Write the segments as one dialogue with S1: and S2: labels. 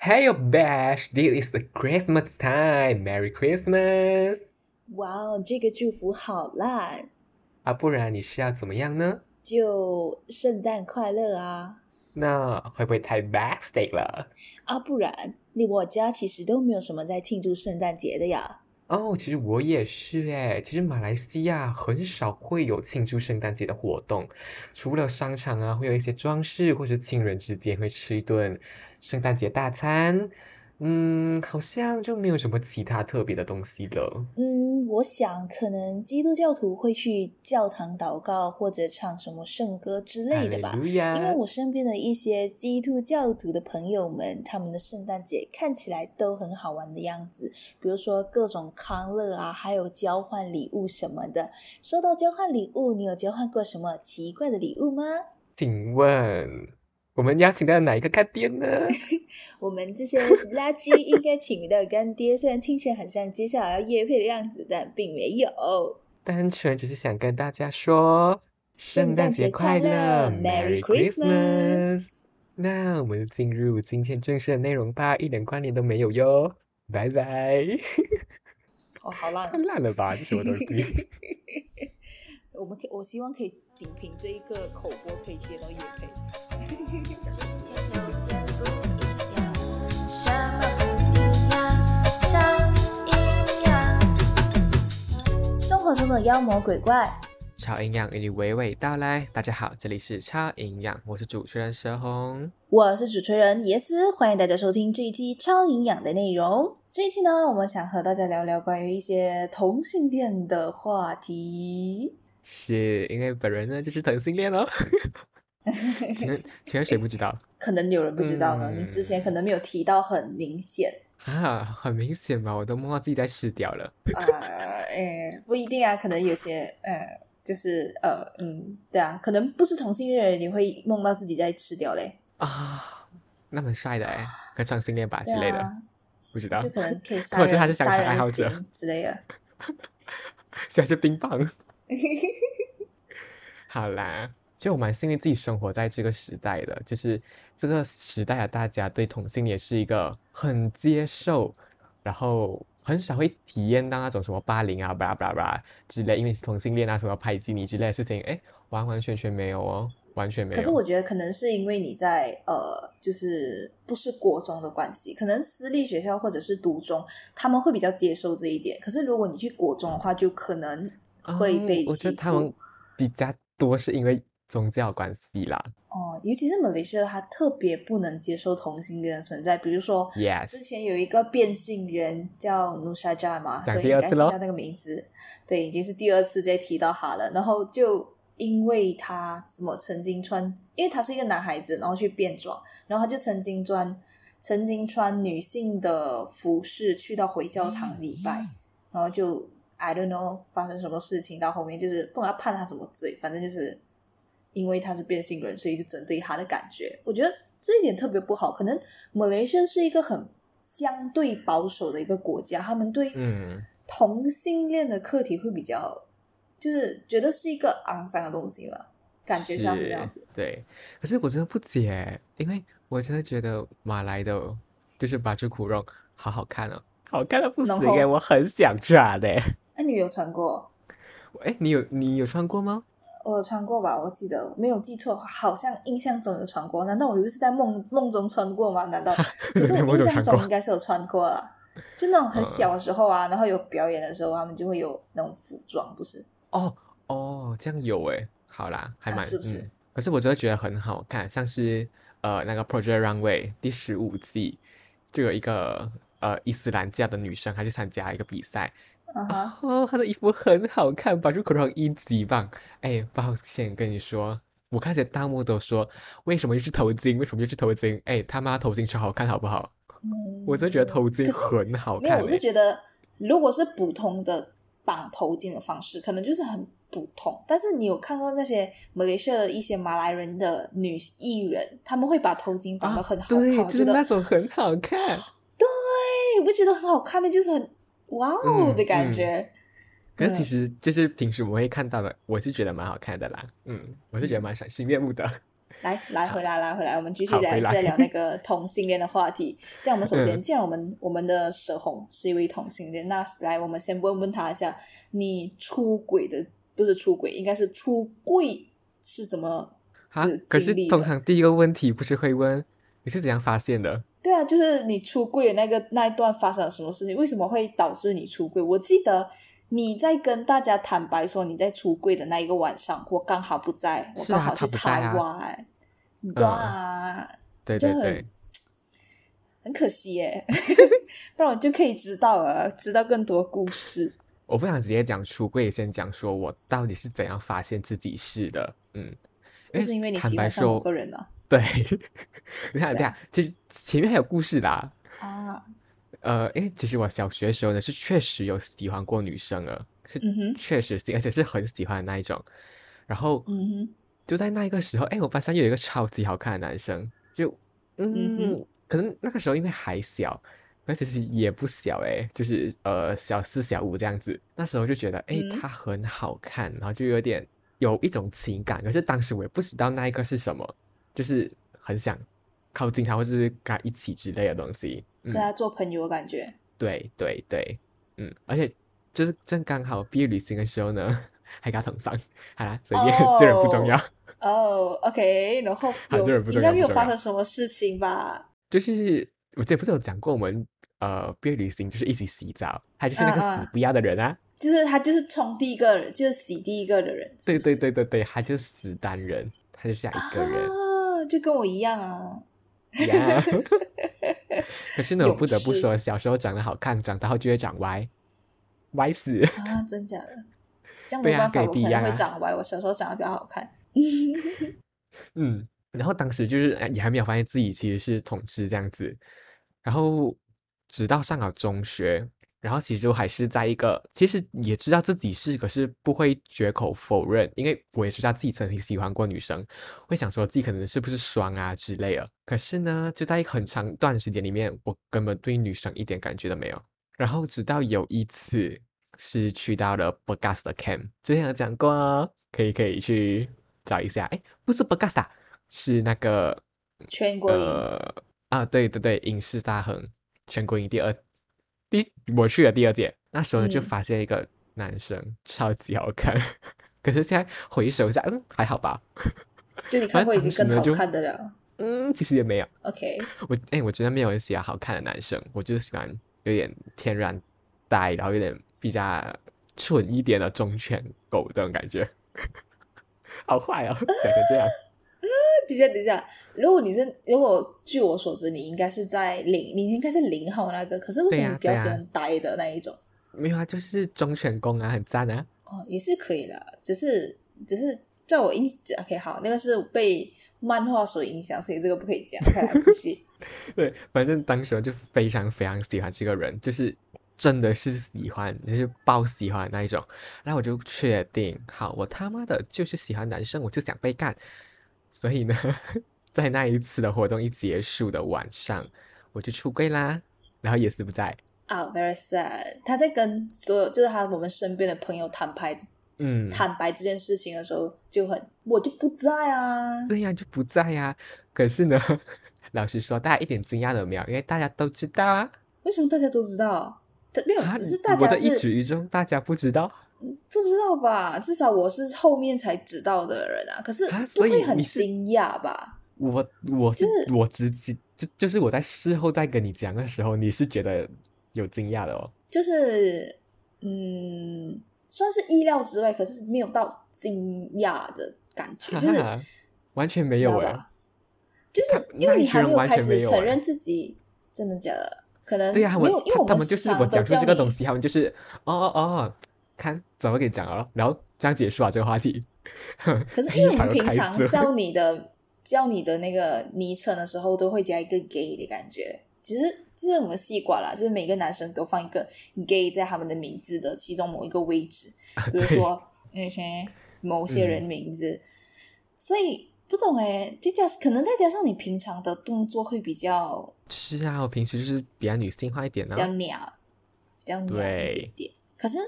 S1: Hey Bash, this is the Christmas time. Merry Christmas!
S2: 哇哦，这个祝福好烂，
S1: 啊，不然你是要怎么样呢？
S2: 就圣诞快乐啊！
S1: 那会不会太 backstage 了？
S2: 啊，不然你我家其实都没有什么在庆祝圣诞节的呀。
S1: 哦，其实我也是诶，其实马来西亚很少会有庆祝圣诞节的活动，除了商场啊会有一些装饰，或是亲人之间会吃一顿圣诞节大餐。嗯，好像就没有什么其他特别的东西了。
S2: 嗯，我想可能基督教徒会去教堂祷告或者唱什么圣歌之类的吧。因为
S1: Hallelujah
S2: 我身边的一些基督教徒的朋友们，他们的圣诞节看起来都很好玩的样子，比如说各种康乐啊，还有交换礼物什么的。说到交换礼物，你有交换过什么奇怪的礼物吗？
S1: 请问我们邀请到哪一个干爹呢？
S2: 我们这些垃圾应该请到干爹，虽然听起来很像接下来要夜配的样子，但并没有。哦
S1: 单纯只是想跟大家说，
S2: 圣诞节快乐，Merry Christmas！
S1: 那我们进入今天正式的内容吧，一点关联都没有哟，拜拜。
S2: 哦，好烂
S1: 太
S2: 哦！
S1: 烂了吧，这什么东西？
S2: 我们可以我希望可以仅凭这一个口播可以接到夜配。
S3: 今天有点不一样，什么不一样？超营养。
S2: 生活中的妖魔鬼怪，
S1: 超营养与你娓娓道来。大家好，这里是超营养，我是主持人佘红。
S2: 我是主持人耶斯，欢迎大家收听这一期超营养的内容。这一期呢，我们想和大家聊聊关于一些同性恋的话题。
S1: 是因为本人呢就是同性恋 哦，请问请问谁不知道
S2: 可能有人不知道呢，
S1: 嗯
S2: 你之前可能没有提到很明显。
S1: 啊？很明显嘛，我都摸到自己在试掉了。
S2: 呃，诶，不一定啊，可能有些，呃，就是呃，嗯，对啊，可能不是同性恋的人也会梦到自己在吃掉嘞，
S1: 啊，那么帅的哎，和双性恋吧之
S2: 对
S1: 类的，
S2: 啊，
S1: 不知道，
S2: 就可能可以 杀
S1: 或者是他是
S2: 人、
S1: 想吃
S2: 杀人
S1: 爱好
S2: 的
S1: 者
S2: 心之类的。
S1: 喜欢吃冰棒。好啦，就我蛮幸运自己生活在这个时代的，就是这个时代的大家对同性也是一个很接受，然后很少会体验到那种什么霸凌啊、巴拉巴拉巴拉之类，因为你是同性恋啊、什么排挤你之类的事情，哎，完完全全没有哦，完全没
S2: 可是
S1: 有。
S2: 我觉得可能是因为你在呃，就是不是国中的关系，可能私立学校或者是独中，他们会比较接受这一点。可是如果你去国中的话，就可能会
S1: 嗯
S2: 被
S1: 我觉得
S2: 欺
S1: 他
S2: 负。
S1: 们比较多是因为宗教关系啦。
S2: 哦，尤其是马来西亚，他特别不能接受同性恋的存在。比如说
S1: Yes
S2: 之前有一个变性人叫努沙扎嘛，
S1: 讲
S2: 对，
S1: 第
S2: 应
S1: 二
S2: 该
S1: 次
S2: 是
S1: 咯
S2: 叫那个名字，对，已经是第二次再提到他了。然后就因为他什么曾经穿，因为他是一个男孩子，然后去变装，然后他就曾经穿曾经穿女性的服饰去到回教堂礼拜，然后就 I don't know 发生什么事情，到后面就是不管他判他什么罪，反正就是因为他是变性人，所以就针对他的感觉。我觉得这一点特别不好。可能马来西亚是一个很相对保守的一个国家，他们对
S1: 嗯，
S2: 同性恋的课题会比较，就是觉得是一个肮脏的东西了，感觉像是这样子。
S1: 对，可是我真的不解，因为我真的觉得马来的，就是巴珠苦肉好好看哦，好看的不
S2: 然
S1: 行哎，
S2: 后
S1: 我很想穿 的。
S2: 那、你有穿过？
S1: 哎，你有你有穿过吗？
S2: 我有呃穿过吧？我记得没有记错，好像印象中有穿过。难道我又是在梦梦中穿过吗？难道？可是
S1: 我
S2: 我
S1: 有
S2: 印象
S1: 穿
S2: 中
S1: 过
S2: 应该是有穿过了，就那种很
S1: 嗯
S2: 小的时候啊，然后有表演的时候，他们就会有那种服装，不是？
S1: 哦哦，这样有哎，好啦，还
S2: 啊
S1: 蛮
S2: 是不是
S1: 嗯，可是我真的觉得很好看，像是呃那个 Project Runway 第十五季，就有一个呃伊斯兰教的女生，她去参加一个比赛，
S2: 啊哈，
S1: 哦，她的衣服很好看，把这口罩一级棒。哎，抱歉跟你说，我看起来弹幕都说为什么又是头巾，为什么又是头巾？哎，他妈头巾超好看，好不好？
S2: 嗯
S1: 我真的觉得头巾
S2: 可是
S1: 很好
S2: 没有，
S1: 看
S2: 我
S1: 哎
S2: 是觉得如果是普通的绑头巾的方式，可能就是很普通。但是你有看过那些马来西亚的一些马来人的女艺人，他们会把头巾绑
S1: 啊
S2: 得很好看，
S1: 对，
S2: 我
S1: 就
S2: 觉
S1: 是
S2: 得
S1: 那种很好 看。
S2: 对，你不觉得很好看吗？就是很哇哦
S1: 嗯
S2: 的感
S1: 嗯
S2: 觉。
S1: 可是其
S2: 嗯嗯
S1: 实就是平时我们会看到的，我是觉得蛮好看的啦。嗯，我是觉得蛮赏心悦目的。
S2: 来来回来来回来，我们继续
S1: 好
S2: 再
S1: 回来
S2: 再聊那个同性恋的话题。这样，我们首先，
S1: 嗯
S2: 既然我们我们的蛇红是一位同性恋，那来我们先问问他一下，你出轨的不是出轨，应该是出柜是怎么？
S1: 哈
S2: 就是，
S1: 可
S2: 经
S1: 是
S2: 历
S1: 通
S2: 了
S1: 常第一个问题不是会问你是怎样发现的？
S2: 对啊，就是你出柜的那个那一段发生了什么事情？为什么会导致你出柜？我记得你在跟大家坦白说你在出柜的那一个晚上，我刚好不在，我
S1: 是啊
S2: 刚好
S1: 他
S2: 去
S1: 不嗯在啊
S2: 台湾，对啊。
S1: 对
S2: 就
S1: 对
S2: 很
S1: 对，
S2: 很可惜耶， 不然我就可以知道了，知道更多故事。
S1: 我不想直接讲出柜，先讲说我到底是怎样发现自己是的。嗯，
S2: 就是因为你
S1: 坦
S2: 喜
S1: 白
S2: 欢上某
S1: 说
S2: 个人了
S1: 对， 你看，等
S2: 对
S1: 下，其实前面还有故事的啊。
S2: 啊，
S1: 呃，因为其实我小学的时候呢，是确实有喜欢过女生的，是
S2: 嗯哼，
S1: 确实喜，而且是很喜欢的那一种。然后
S2: 嗯哼，
S1: 就在那一个时候，哎，我班上又有一个超级好看的男生，就
S2: 哼
S1: 嗯，可能那个时候因为还小，而且是也不小哎，就是呃小四小五这样子。那时候就觉得哎
S2: 嗯
S1: 他很好看，然后就有点有一种情感，可是当时我也不知道那一个是什么，就是很想靠近他，或是跟他一起之类的东西。嗯
S2: 跟，他做朋友，我感觉
S1: 对对对，嗯，而且就是正刚好毕业旅行的时候呢， 还跟他同房，好啦，所以 这人不重要。
S2: 哦，OK，然后
S1: 啊这
S2: 有
S1: 人不
S2: 应
S1: 重
S2: 该
S1: 要
S2: 没有
S1: 不重
S2: 发
S1: 要
S2: 生什么事情吧？
S1: 就是我之前不是有讲过我们呃毕业旅行就是一起洗澡，他就是那个
S2: 嗯
S1: 死
S2: 嗯
S1: 不要的人啊，
S2: 就是他就是冲第一个人，就是洗第一个的人，是
S1: 对
S2: 不
S1: 对
S2: 是
S1: 对对对，他就是死单人，他就是这样一个人
S2: 啊，就跟我一样啊，
S1: 呀。 可是呢，我
S2: 勇
S1: 不得不
S2: 士
S1: 说，小时候长得好看，长大后就会长歪，歪死。
S2: 啊，真假的，这样没
S1: 对啊
S2: 办法，
S1: 跟你
S2: 我
S1: 弟
S2: 可
S1: 一
S2: 能
S1: 样
S2: 会
S1: 啊
S2: 长歪，我小时候长得比较好看，
S1: 嗯，然后当时就是哎也还没有发现自己其实是同志这样子，然后直到上了中学，然后其实我还是在一个其实也知道自己是，可是不会绝口否认，因为我也知道自己曾经喜欢过女生，会想说自己可能是不是双啊之类的。可是呢，就在很长一段时间里面，我根本对女生一点感觉都没有。然后直到有一次是去到了 b e g a s 的 camp，之前有讲过哦，可以可以去找一下。哎，不是 b e g a s 啊，是那个
S2: 全国营
S1: 呃啊，对对对，影视大亨全国影第二第我去了第二届，那时候呢就
S2: 嗯
S1: 发现一个男生超级好看， 可是现在回首一下，嗯，还好吧，
S2: 就你看
S1: 反正
S2: 过已经
S1: 当时
S2: 更
S1: 呢
S2: 好
S1: 就
S2: 看的了
S1: 嗯，其实也没有。
S2: ，OK，
S1: 我哎、我真的没有很喜欢好看的男生，我就是喜欢有点天然呆，然后有点比较蠢一点的忠犬狗这种感觉， 好坏哦，讲成 这样。
S2: 等一下，等一下，如果你是，如果据我所知，你应该是在零，你应该是零号那个，可是为什
S1: 对
S2: 么
S1: 啊
S2: 你比较
S1: 对啊
S2: 喜欢呆的那一种？
S1: 没有啊，就是忠犬公啊，很赞啊。
S2: 哦，也是可以的，只是只是在我印，OK，好，那个是被漫画所影响，所以这个不可以讲。 快来继续，
S1: 对，反正当时我就非常非常喜欢这个人，就是真的是喜欢，就是爆喜欢那一种。然后我就确定，好，我他妈的就是喜欢男生，我就想被干。所以呢， 在那一次的活动一结束的晚上，我就出柜啦，然后也是不在。
S2: 啊、v e r y sad，他在跟所有就是他我们身边的朋友坦白
S1: 嗯，
S2: 坦白这件事情的时候，就很我就不在啊，
S1: 对呀、就不在呀、可是呢， 老实说，大家一点惊讶都没有，因为大家都知道啊。
S2: 为什么大家都知道？他没有，
S1: 啊
S2: 只是大
S1: 我
S2: 家
S1: 的
S2: 是
S1: 一举一动，大家不知道。
S2: 不知道吧？至少我是后面才知道的人啊，可是
S1: 啊
S2: 不
S1: 所以
S2: 会很
S1: 你是
S2: 惊讶吧？
S1: 我我是
S2: 就是
S1: 我直接就就是我在事后再跟你讲的时候，你是觉得有惊讶的哦。
S2: 就是嗯，算是意料之外，可是没有到惊讶的感觉，就是
S1: 哈哈 完全没
S2: 知
S1: 有
S2: 道
S1: 哎、
S2: 吧？就是
S1: 他
S2: 因为
S1: 那
S2: 你
S1: 一群
S2: 还没
S1: 人
S2: 有
S1: 完
S2: 开
S1: 全
S2: 始
S1: 没有
S2: 承
S1: 欸
S2: 认自己，真的假的？可能
S1: 对呀、他
S2: 没
S1: 们
S2: 有，因为
S1: 他
S2: 我
S1: 他
S2: 们
S1: 们就
S2: 时
S1: 是
S2: 常
S1: 我
S2: 都
S1: 讲出
S2: 叫
S1: 这个
S2: 你
S1: 东西，他们就是哦哦哦，看怎么给你讲了，然后这样结束啊这个话题。
S2: 可是
S1: 非
S2: 因为我们
S1: 常有
S2: 平
S1: 开
S2: 常
S1: 始
S2: 叫你的叫你的那个昵称的时候，都会加一个 gay 的感觉。其实就是我们细管啦，就是每个男生都放一个 gay 在他们的名字的其中某一个位置，比如
S1: 啊对嗯
S2: 说那些某些人名字。所以不懂哎、再加可能再加上你平常的动作会比较
S1: 是啊，我平时就是比较女性化一点
S2: 比
S1: 呢、
S2: 较娘，比较娘一
S1: 对
S2: 欸点点。可是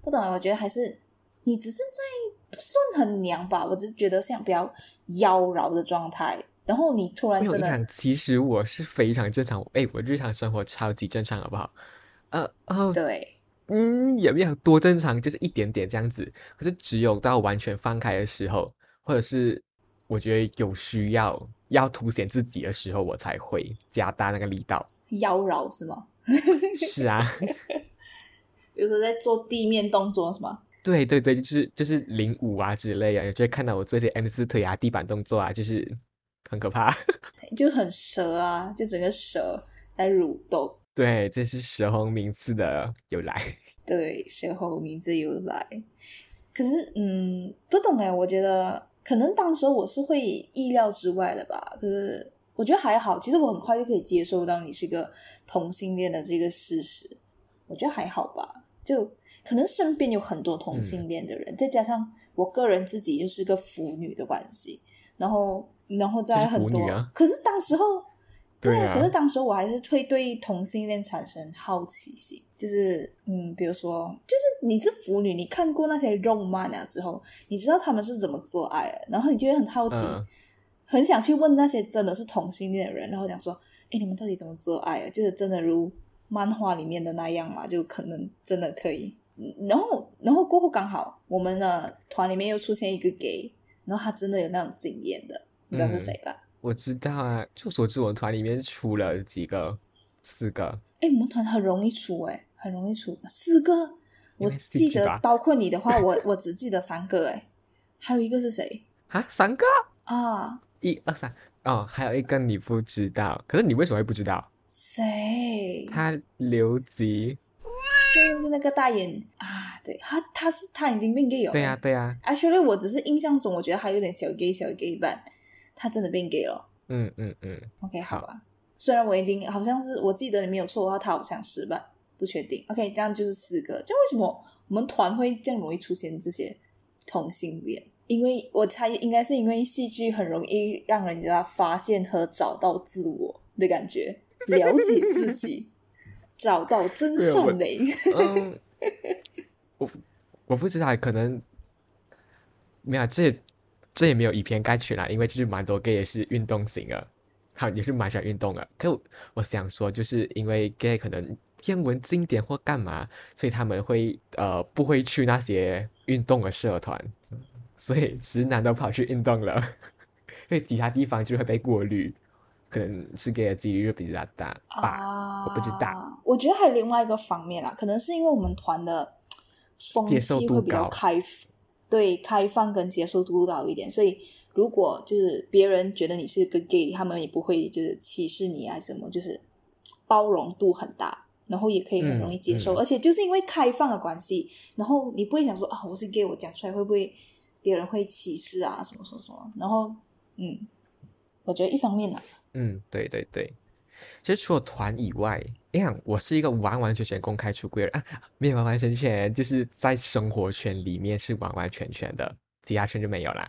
S2: 不懂啊，我觉得还是你只是在不算很娘吧，我只是觉得像比较妖娆的状态。然后你突然
S1: 没有
S2: 真
S1: 你
S2: 的
S1: 看，其实我是非常正常，哎，我日常生活超级正常，好不好？呃呃，
S2: 对，
S1: 嗯，也没有多正常，就是一点点这样子。可是只有到完全放开的时候，或者是我觉得有需要要凸显自己的时候，我才会加大那个力道。
S2: 妖娆是吗？
S1: 是啊，
S2: 比如说在做地面动作是吗？
S1: 对对对，就是就是领舞啊之类的，你就会看到我做一些 M 四腿啊、地板动作啊，就是很可怕。
S2: 就很蛇啊，就整个蛇在蠕动。
S1: 对，这是蛇红名次的由来。
S2: 对，随后名字由来。可是，嗯，不懂哎，我觉得可能当时我是会意料之外的吧。可是我觉得还好，其实我很快就可以接受到你是个同性恋的这个事实，我觉得还好吧。就可能身边有很多
S1: 嗯
S2: 同性恋的人，再加上我个人自己就是个腐女的关系，然后，然后再
S1: 就是
S2: 很
S1: 腐
S2: 多，
S1: 女啊
S2: 可是当时候对
S1: 对
S2: 啊，
S1: 啊
S2: 可是当时我还是会对同性恋产生好奇心，就是嗯，比如说，就是你是腐女，你看过那些肉漫啊之后，你知道他们是怎么做爱的，然后你就会很好奇，
S1: 嗯
S2: 很想去问那些真的是同性恋的人，然后讲说，哎，你们到底怎么做爱啊？就是真的如漫画里面的那样嘛？就可能真的可以。嗯然后，然后过后刚好我们的团里面又出现一个 gay，然后他真的有那种经验的，你知道是
S1: 嗯
S2: 谁吧？
S1: 我知道啊，就所知我们团里面出了几个，四个，
S2: 哎，我们团很容易出哎、很容易出四个。
S1: 因
S2: 我
S1: 为
S2: 记
S1: CP
S2: 得
S1: 吧
S2: 包括你的话，我我只记得三个哎、还有一个是谁
S1: 啊，三个，
S2: 啊？
S1: 一二三，哦，还有一个你不知道，可是你为什么会不知道？
S2: 谁？
S1: 他留级，
S2: 是不是那个大眼啊？对，他他是他已经变 gay 了。哎
S1: 对呀、啊、。对呀、啊，
S2: Actually，我只是印象中，我觉得还有点小 gay 小 gay 版，他真的变 gay 了。
S1: 嗯嗯嗯，
S2: OK，好
S1: 好
S2: 吧。虽然我已经好像是我记得你没有错的话，他好像是吧，不确定。OK，这样就是四个。这样为什么我们团会这样容易出现这些同性恋？因为我猜应该是因为戏剧很容易让人家发现和找到自我的感觉，了解自己，找到 真
S1: 对啊我
S2: 善美。
S1: 嗯，我我不知道，可能没有这这也没有以偏概全啦，因为就是蛮多 gay 也是运动型的，好也是蛮喜欢运动的。可我我想说，就是因为 gay 可能天文经典或干嘛，所以他们会呃不会去那些运动的社团，所以直男都跑去运动了， 因为其他地方就会被过滤，可能是 gay 的几率就比较大吧。
S2: 啊，
S1: 我不知道。
S2: 我觉得还有另外一个方面啦，可能是因为我们团的风
S1: 接受
S2: 气
S1: 度
S2: 会比较
S1: 高
S2: 开，对开放跟接受度高一点，所以如果就是别人觉得你是个 gay，他们也不会就是歧视你啊什么，就是包容度很大。然后也可以很容易接受，
S1: 嗯嗯
S2: 而且就是因为开放的关系，然后你不会想说啊，我是 gay，我讲出来会不会别人会歧视啊，什么什么什么。然后，嗯，我觉得一方面呢，
S1: 嗯，对对对，其实除了团以外，你看我是一个完完全全公开出柜的人啊，没有完完全全，就是在生活圈里面是完完全全的，其他圈就没有啦。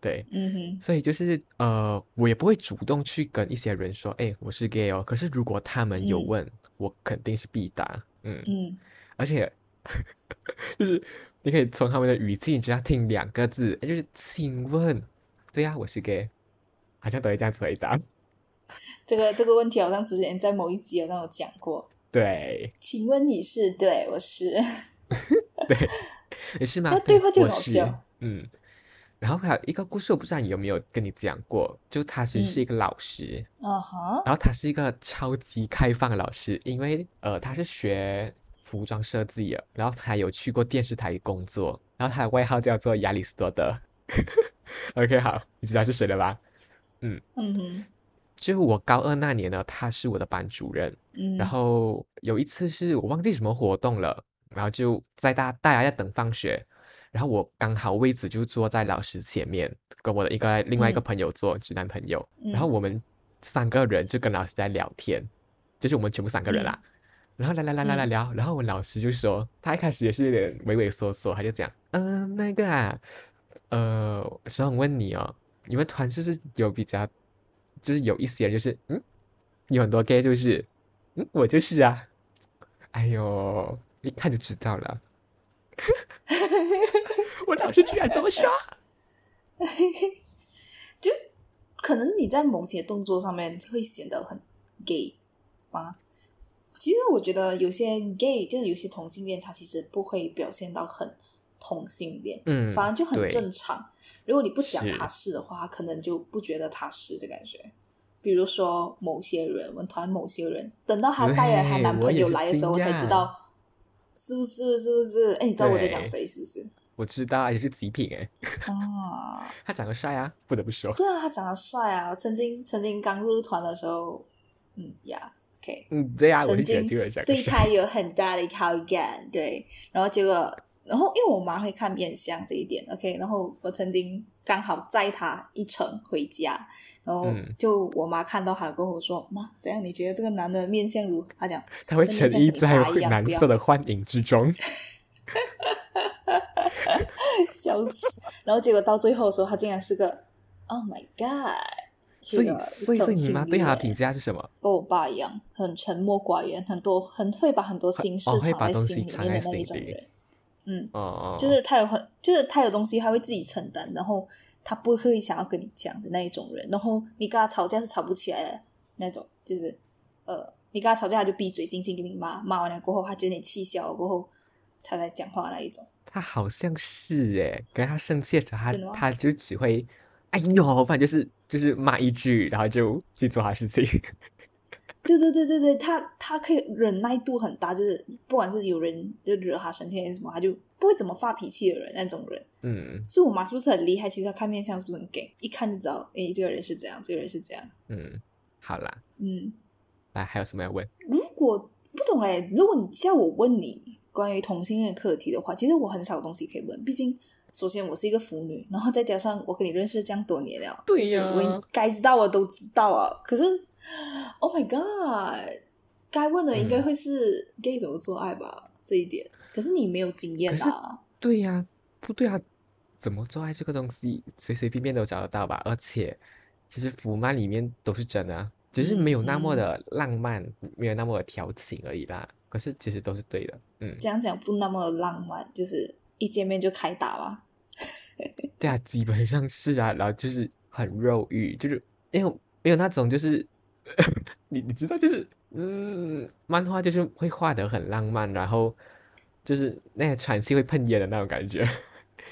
S1: 对，
S2: 嗯哼，
S1: 所以就是呃，我也不会主动去跟一些人说，哎，我是 gay 哦。可是如果他们有
S2: 嗯
S1: 问，我肯定是必答。嗯，
S2: 嗯，
S1: 而且 就是你可以从他们的语气，你只要听两个字，哎就是请问，对啊呀、我是 gay，好像都会这样子回答。
S2: 这个这个问题好像之前在某一集好像有讲过。
S1: 对。
S2: 请问你是对我是
S1: 你是吗？
S2: 那对话就
S1: 我
S2: 很好
S1: 是
S2: 笑
S1: 嗯，然后还有一个故事，我不知道你有没有跟你讲过，就他其
S2: 嗯
S1: 实是一个老师，
S2: 啊哈
S1: 然后他是一个超级开放的老师，因为呃他是学服装设计的，然后他还有去过电视台工作，然后他的外号叫做亚里士多德。OK，好，你知道是谁了吧？
S2: 嗯哼
S1: 就我高二那年呢，他是我的班主任，
S2: 嗯，
S1: 然后有一次是我忘记什么活动了，然后就在大大家在等放学，然后我刚好位置就坐在老师前面，跟我的一个另外一个
S2: 嗯
S1: 朋友坐，直男朋友，然后
S2: 嗯
S1: 我们三个人就跟老师在聊天，就是我们全部三个人啦，然后来来来来来
S2: 嗯
S1: 聊，然后我老师就说，他一开始也是有点畏畏缩缩，他就讲，嗯、那个啊，呃，我想问你哦，你们团就是有比较，就是有一些人就是，嗯，有很多 gay 就是，嗯，我就是啊，哎呦，一看就知道了。 我当时居然这么 傻。
S2: 就可能你在某些动作上面会显得很 gay 吗？其实我觉得有些 gay 就是有些同性恋，他其实不会表现到很同性恋，
S1: 嗯
S2: 反而就很
S1: 对
S2: 正常。如果你不讲
S1: 是
S2: 他是的话，他可能就不觉得他是的感觉。比如说某些人，我们团某些人，等到她带了她
S1: 对
S2: 男朋
S1: 我也
S2: 友
S1: 是
S2: 来的时候，我
S1: 惊
S2: 才
S1: 讶
S2: 知道是不是是不是？哎，你知道我在讲
S1: 对
S2: 谁是 不是？
S1: 我知道啊，也是极品哎，
S2: 啊，
S1: 他长得帅啊，不得不说。
S2: 对啊，他长得帅啊！曾经曾经刚入团的时候，嗯呀、o k
S1: 嗯，对啊，我
S2: 曾
S1: 就觉得
S2: 经
S1: 这个人长得
S2: 对
S1: 帅
S2: 他有很大的好感，对，然后结果，然后因为我妈会看面相这一点，OK，然后我曾经刚好载他一程回家，然后
S1: 嗯
S2: 就我妈看到他跟我说：“妈，怎样？你觉得这个男的面相如何？”她讲
S1: 他会
S2: 真
S1: 沉
S2: 的
S1: 溺
S2: 像跟你
S1: 在
S2: 爸一样
S1: 蓝
S2: 不要
S1: 色的幻影之中。
S2: 笑死，然后结果到最后的时候，他竟然是个，Oh my God，
S1: 所
S2: 是
S1: 以
S2: 个，
S1: 所以，所以你妈对他的
S2: 评
S1: 评价是什么？
S2: 跟我爸一样，很沉默寡言，很多很会把很多心事
S1: 哦会
S2: 藏
S1: 把
S2: 在
S1: 东西
S2: 心里
S1: 藏
S2: 面的
S1: 在
S2: 那一
S1: 心
S2: 种
S1: 里
S2: 人。嗯，
S1: 哦，
S2: 就是他有很，就是他有东西他会自己承担，然后他不会想要跟你讲的那一种人。然后你跟他吵架是吵不起来的那种，就是呃，你跟他吵架他就闭嘴，静静给你骂，骂完了过后他觉得你气消了过后，他才讲话那一种。
S1: 他好像是哎，可是他生气的时候，他
S2: 真的吗
S1: 他就只会哎呦，不然就是就是骂一句，然后就去做他事情。
S2: 对对对对对，他他可以忍耐度很大，就是不管是有人就惹他生气还是什么，他就不会怎么发脾气的人那种人。
S1: 嗯
S2: 所以我妈是不是很厉害？其实她看面相是不是很 gay，一看就知道，诶，这个人是这样，这个人是这样。
S1: 嗯，好啦，
S2: 嗯，
S1: 来还有什么要问？
S2: 如果不懂诶，如果你叫我问你关于同性恋课题的话，其实我很少东西可以问，毕竟首先我是一个腐女，然后再加上我跟你认识这样多年了，
S1: 对呀
S2: 就是我该知道我都知道啊。可是，Oh my God，该问的应该会是 gay 怎么做爱吧、这一点。可是你没有经验啊，
S1: 对呀、不对啊，怎么做爱这个东西随随便便都找得到吧？而且其实腐漫里面都是真的啊，只是没有那么
S2: 嗯嗯
S1: 的浪漫，没有那么的调情而已啦。可是其实都是对的，嗯，
S2: 这样讲不那么浪漫，就是一见面就开打吧。
S1: 对啊，基本上是啊，然后就是很肉欲，就是没有没有那种就是 你你知道就是嗯，漫画就是会画得很浪漫，然后就是那些喘气会喷烟的那种感觉，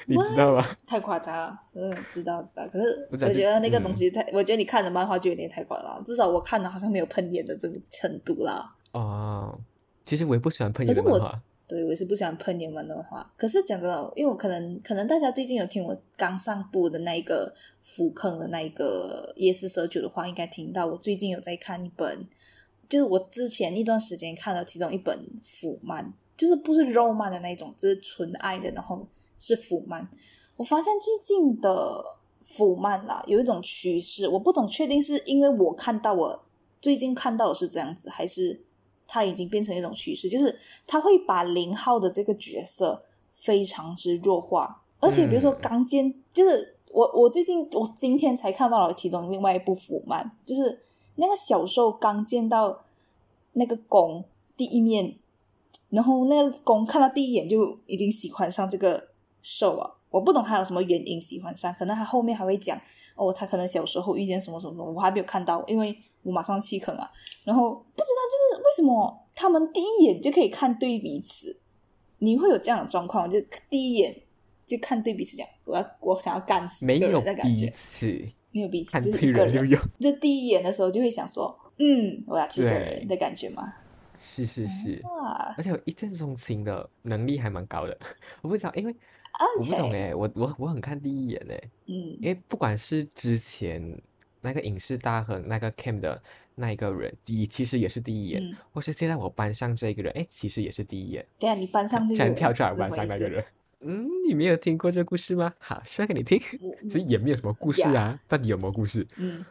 S1: 你知道吗？
S2: 太夸张了，嗯，知道知道。可是
S1: 我
S2: 我
S1: 知道
S2: 觉得那个东
S1: 嗯
S2: 西太，我觉得你看的漫画就有点太夸张了，至少我看的好像没有喷烟的这个程度啦。
S1: 哦，其实我也不喜欢喷
S2: 可
S1: 烟的
S2: 是
S1: 漫
S2: 我
S1: 画。
S2: 对，我也是不喜欢喷烟嘛的话。可是讲真的，因为我可能可能大家最近有听我刚上部的那一个福坑的那一个夜市蛇酒的话，应该听到我最近有在看一本，就是我之前一段时间看了其中一本腐漫，就是不是肉漫的那一种，就是纯爱的，然后是腐漫。我发现最近的腐漫啦，有一种趋势，我不懂确定是因为我看到我最近看到的是这样子，还是它已经变成一种趋势，就是他会把零号的这个角色非常之弱化，而且比如说
S1: 嗯
S2: 刚坚，就是我我最近我今天才看到了其中另外一部腐漫，就是那个小受刚见到那个公第一面，然后那个公看到第一眼就已经喜欢上这个兽啊，我不懂他有什么原因喜欢上，可能他后面还会讲哦，他可能小时候遇见什么什么什么，我还没有看到，因为我马上弃坑啊。然后不知道就是为什么他们第一眼就可以看对彼此，你会有这样的状况，就第一眼就看对彼此讲我要我想要干死
S1: 没
S2: 这个
S1: 有
S2: 人的感
S1: 彼
S2: 觉，
S1: 此，
S2: 没有彼此
S1: 看
S2: 就是
S1: 对
S2: 一个
S1: 人
S2: 人
S1: 就有，
S2: 就第一眼的时候就会想说，嗯，我要去一个人
S1: 对
S2: 的感觉嘛。
S1: 是是是，
S2: 啊
S1: 而且我一见钟情的能力还蛮高的， 我不知道，因为我不懂
S2: ，OK，
S1: 哎，我我我很看第一眼哎，
S2: 嗯
S1: 因为不管是之前那个影视大亨那个 Cam 的那一个人，也其实也是第一眼，
S2: 嗯，
S1: 或是现在我班上这一个人，哎，其实也是第一眼，
S2: 等一下你班上这
S1: 居
S2: 个人
S1: 然跳出来我
S2: 是什
S1: 班
S2: 么
S1: 上
S2: 意
S1: 那
S2: 思
S1: 个人。嗯，你没有听过这故事吗？好，说给你听，
S2: 我
S1: 其实也没有什么故事
S2: 呀
S1: 啊，到底有没有故事？
S2: 嗯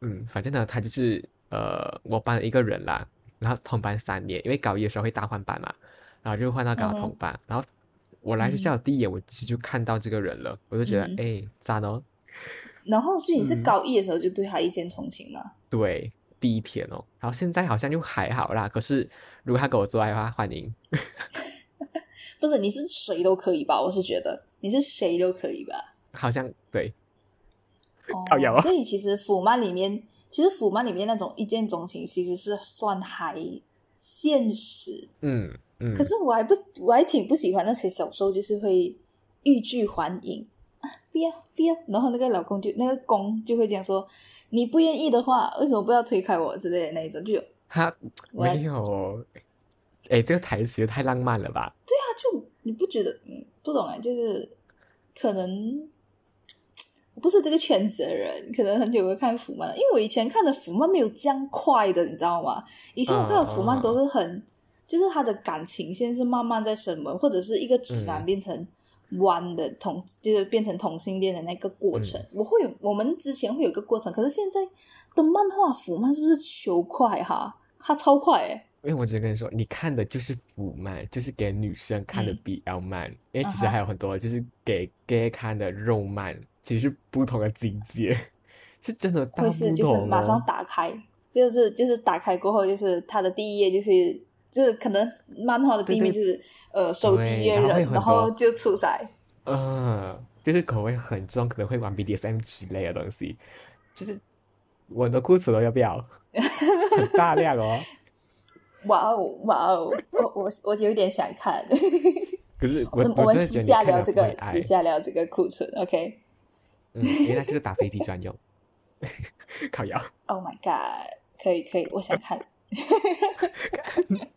S1: 嗯，反正呢，他就是呃，我班的一个人啦，然后同班三年，因为高一的时候会大换班嘛，然后就换到跟他
S2: 嗯
S1: 同
S2: 哼
S1: 班，然后我来学校的第一眼，我其实就看到这个人了，我就觉得
S2: 嗯
S1: 哎，赞哦，
S2: 然后所以你是
S1: 嗯
S2: 高一的时候就对他一见钟情嘛？
S1: 对，第一天哦，然后现在好像就还好啦，可是如果他跟我做爱的话，欢迎，
S2: 不是，你是谁都可以吧？我是觉得你是谁都可以吧。
S1: 好像对， 靠腰
S2: 哦，
S1: 啊
S2: 所以其实腐漫里面，其实腐漫里面那种一见钟情其实是算还现实，
S1: 嗯嗯，
S2: 可是我还不，我还挺不喜欢那些小时候就是会欲拒还迎 啊，不要不要，然后那个老公就那个公就会讲说，你不愿意的话，为什么不要推开我之类的那一种，就有
S1: 他
S2: 我
S1: 没有，哎，这个台词也太浪漫了吧？
S2: 啊，就你不觉得嗯，不懂哎，就是可能我不是这个圈子的人，可能很久没看腐漫了，因为我以前看的腐漫没有这样快的，你知道吗？以前我看的腐漫都是很，就是他的感情线是慢慢在升温，或者是一个直男
S1: 嗯
S2: 变成弯的同，就是变成同性恋的那个过程。我会有，我们之前会有一个过程，可是现在的漫画腐漫是不是求快哈？它超快哎、
S1: 因为我只能跟你说，你看的就是腐漫，就是给女生看的
S2: 嗯
S1: BL 漫，因为其实
S2: 啊哈
S1: 还有很多就是给 gay 看的肉漫，其实是不同的境界， 是真的大
S2: 会是
S1: 不
S2: 就是
S1: 同
S2: 马上
S1: 哦。
S2: 打开，就是就是打开过后，就是它的第一页就是就是可能漫画的第一面
S1: 对对
S2: 就是呃手机
S1: 对
S2: 约
S1: 然后会
S2: 人，
S1: 很
S2: 然后
S1: 多
S2: 就出来。
S1: 嗯，就是口味很重，可能会玩 BDSM 之类的东西，就是我的裤子都要不要？很大量哦。
S2: 哇哦哇哦，我我我有点想看，
S1: 可是 我
S2: 我我
S1: 真
S2: 们
S1: 的觉
S2: 私
S1: 得你
S2: 下
S1: 看
S2: 聊
S1: 了
S2: 这
S1: 会
S2: 个，
S1: 爱
S2: 私，下聊这个库存，OK。
S1: 嗯，因为它就是打飞机专用， 烤窑。
S2: Oh my god！可以可以，我 想看。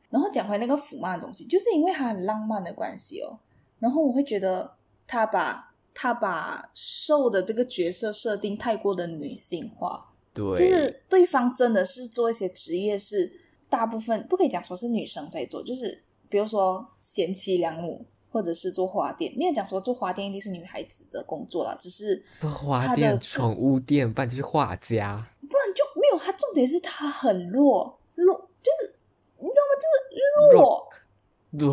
S2: 然后讲回那个腐漫的东西，就是因为它很浪漫的关系哦，然后我会觉得他把他把受的这个角色设定太过的女性化，
S1: 对，
S2: 就是对方真的是做一些职业是大部分不可以讲说是女生在做，就是比如说贤妻良母。或者是做花店，没有讲说做花店一定是女孩子的工作啦，只是
S1: 做花
S2: 它的
S1: 店、
S2: 各
S1: 宠物店，不然就是画家。
S2: 不然就没有。他重点是他很弱，弱就是你知道吗？就是弱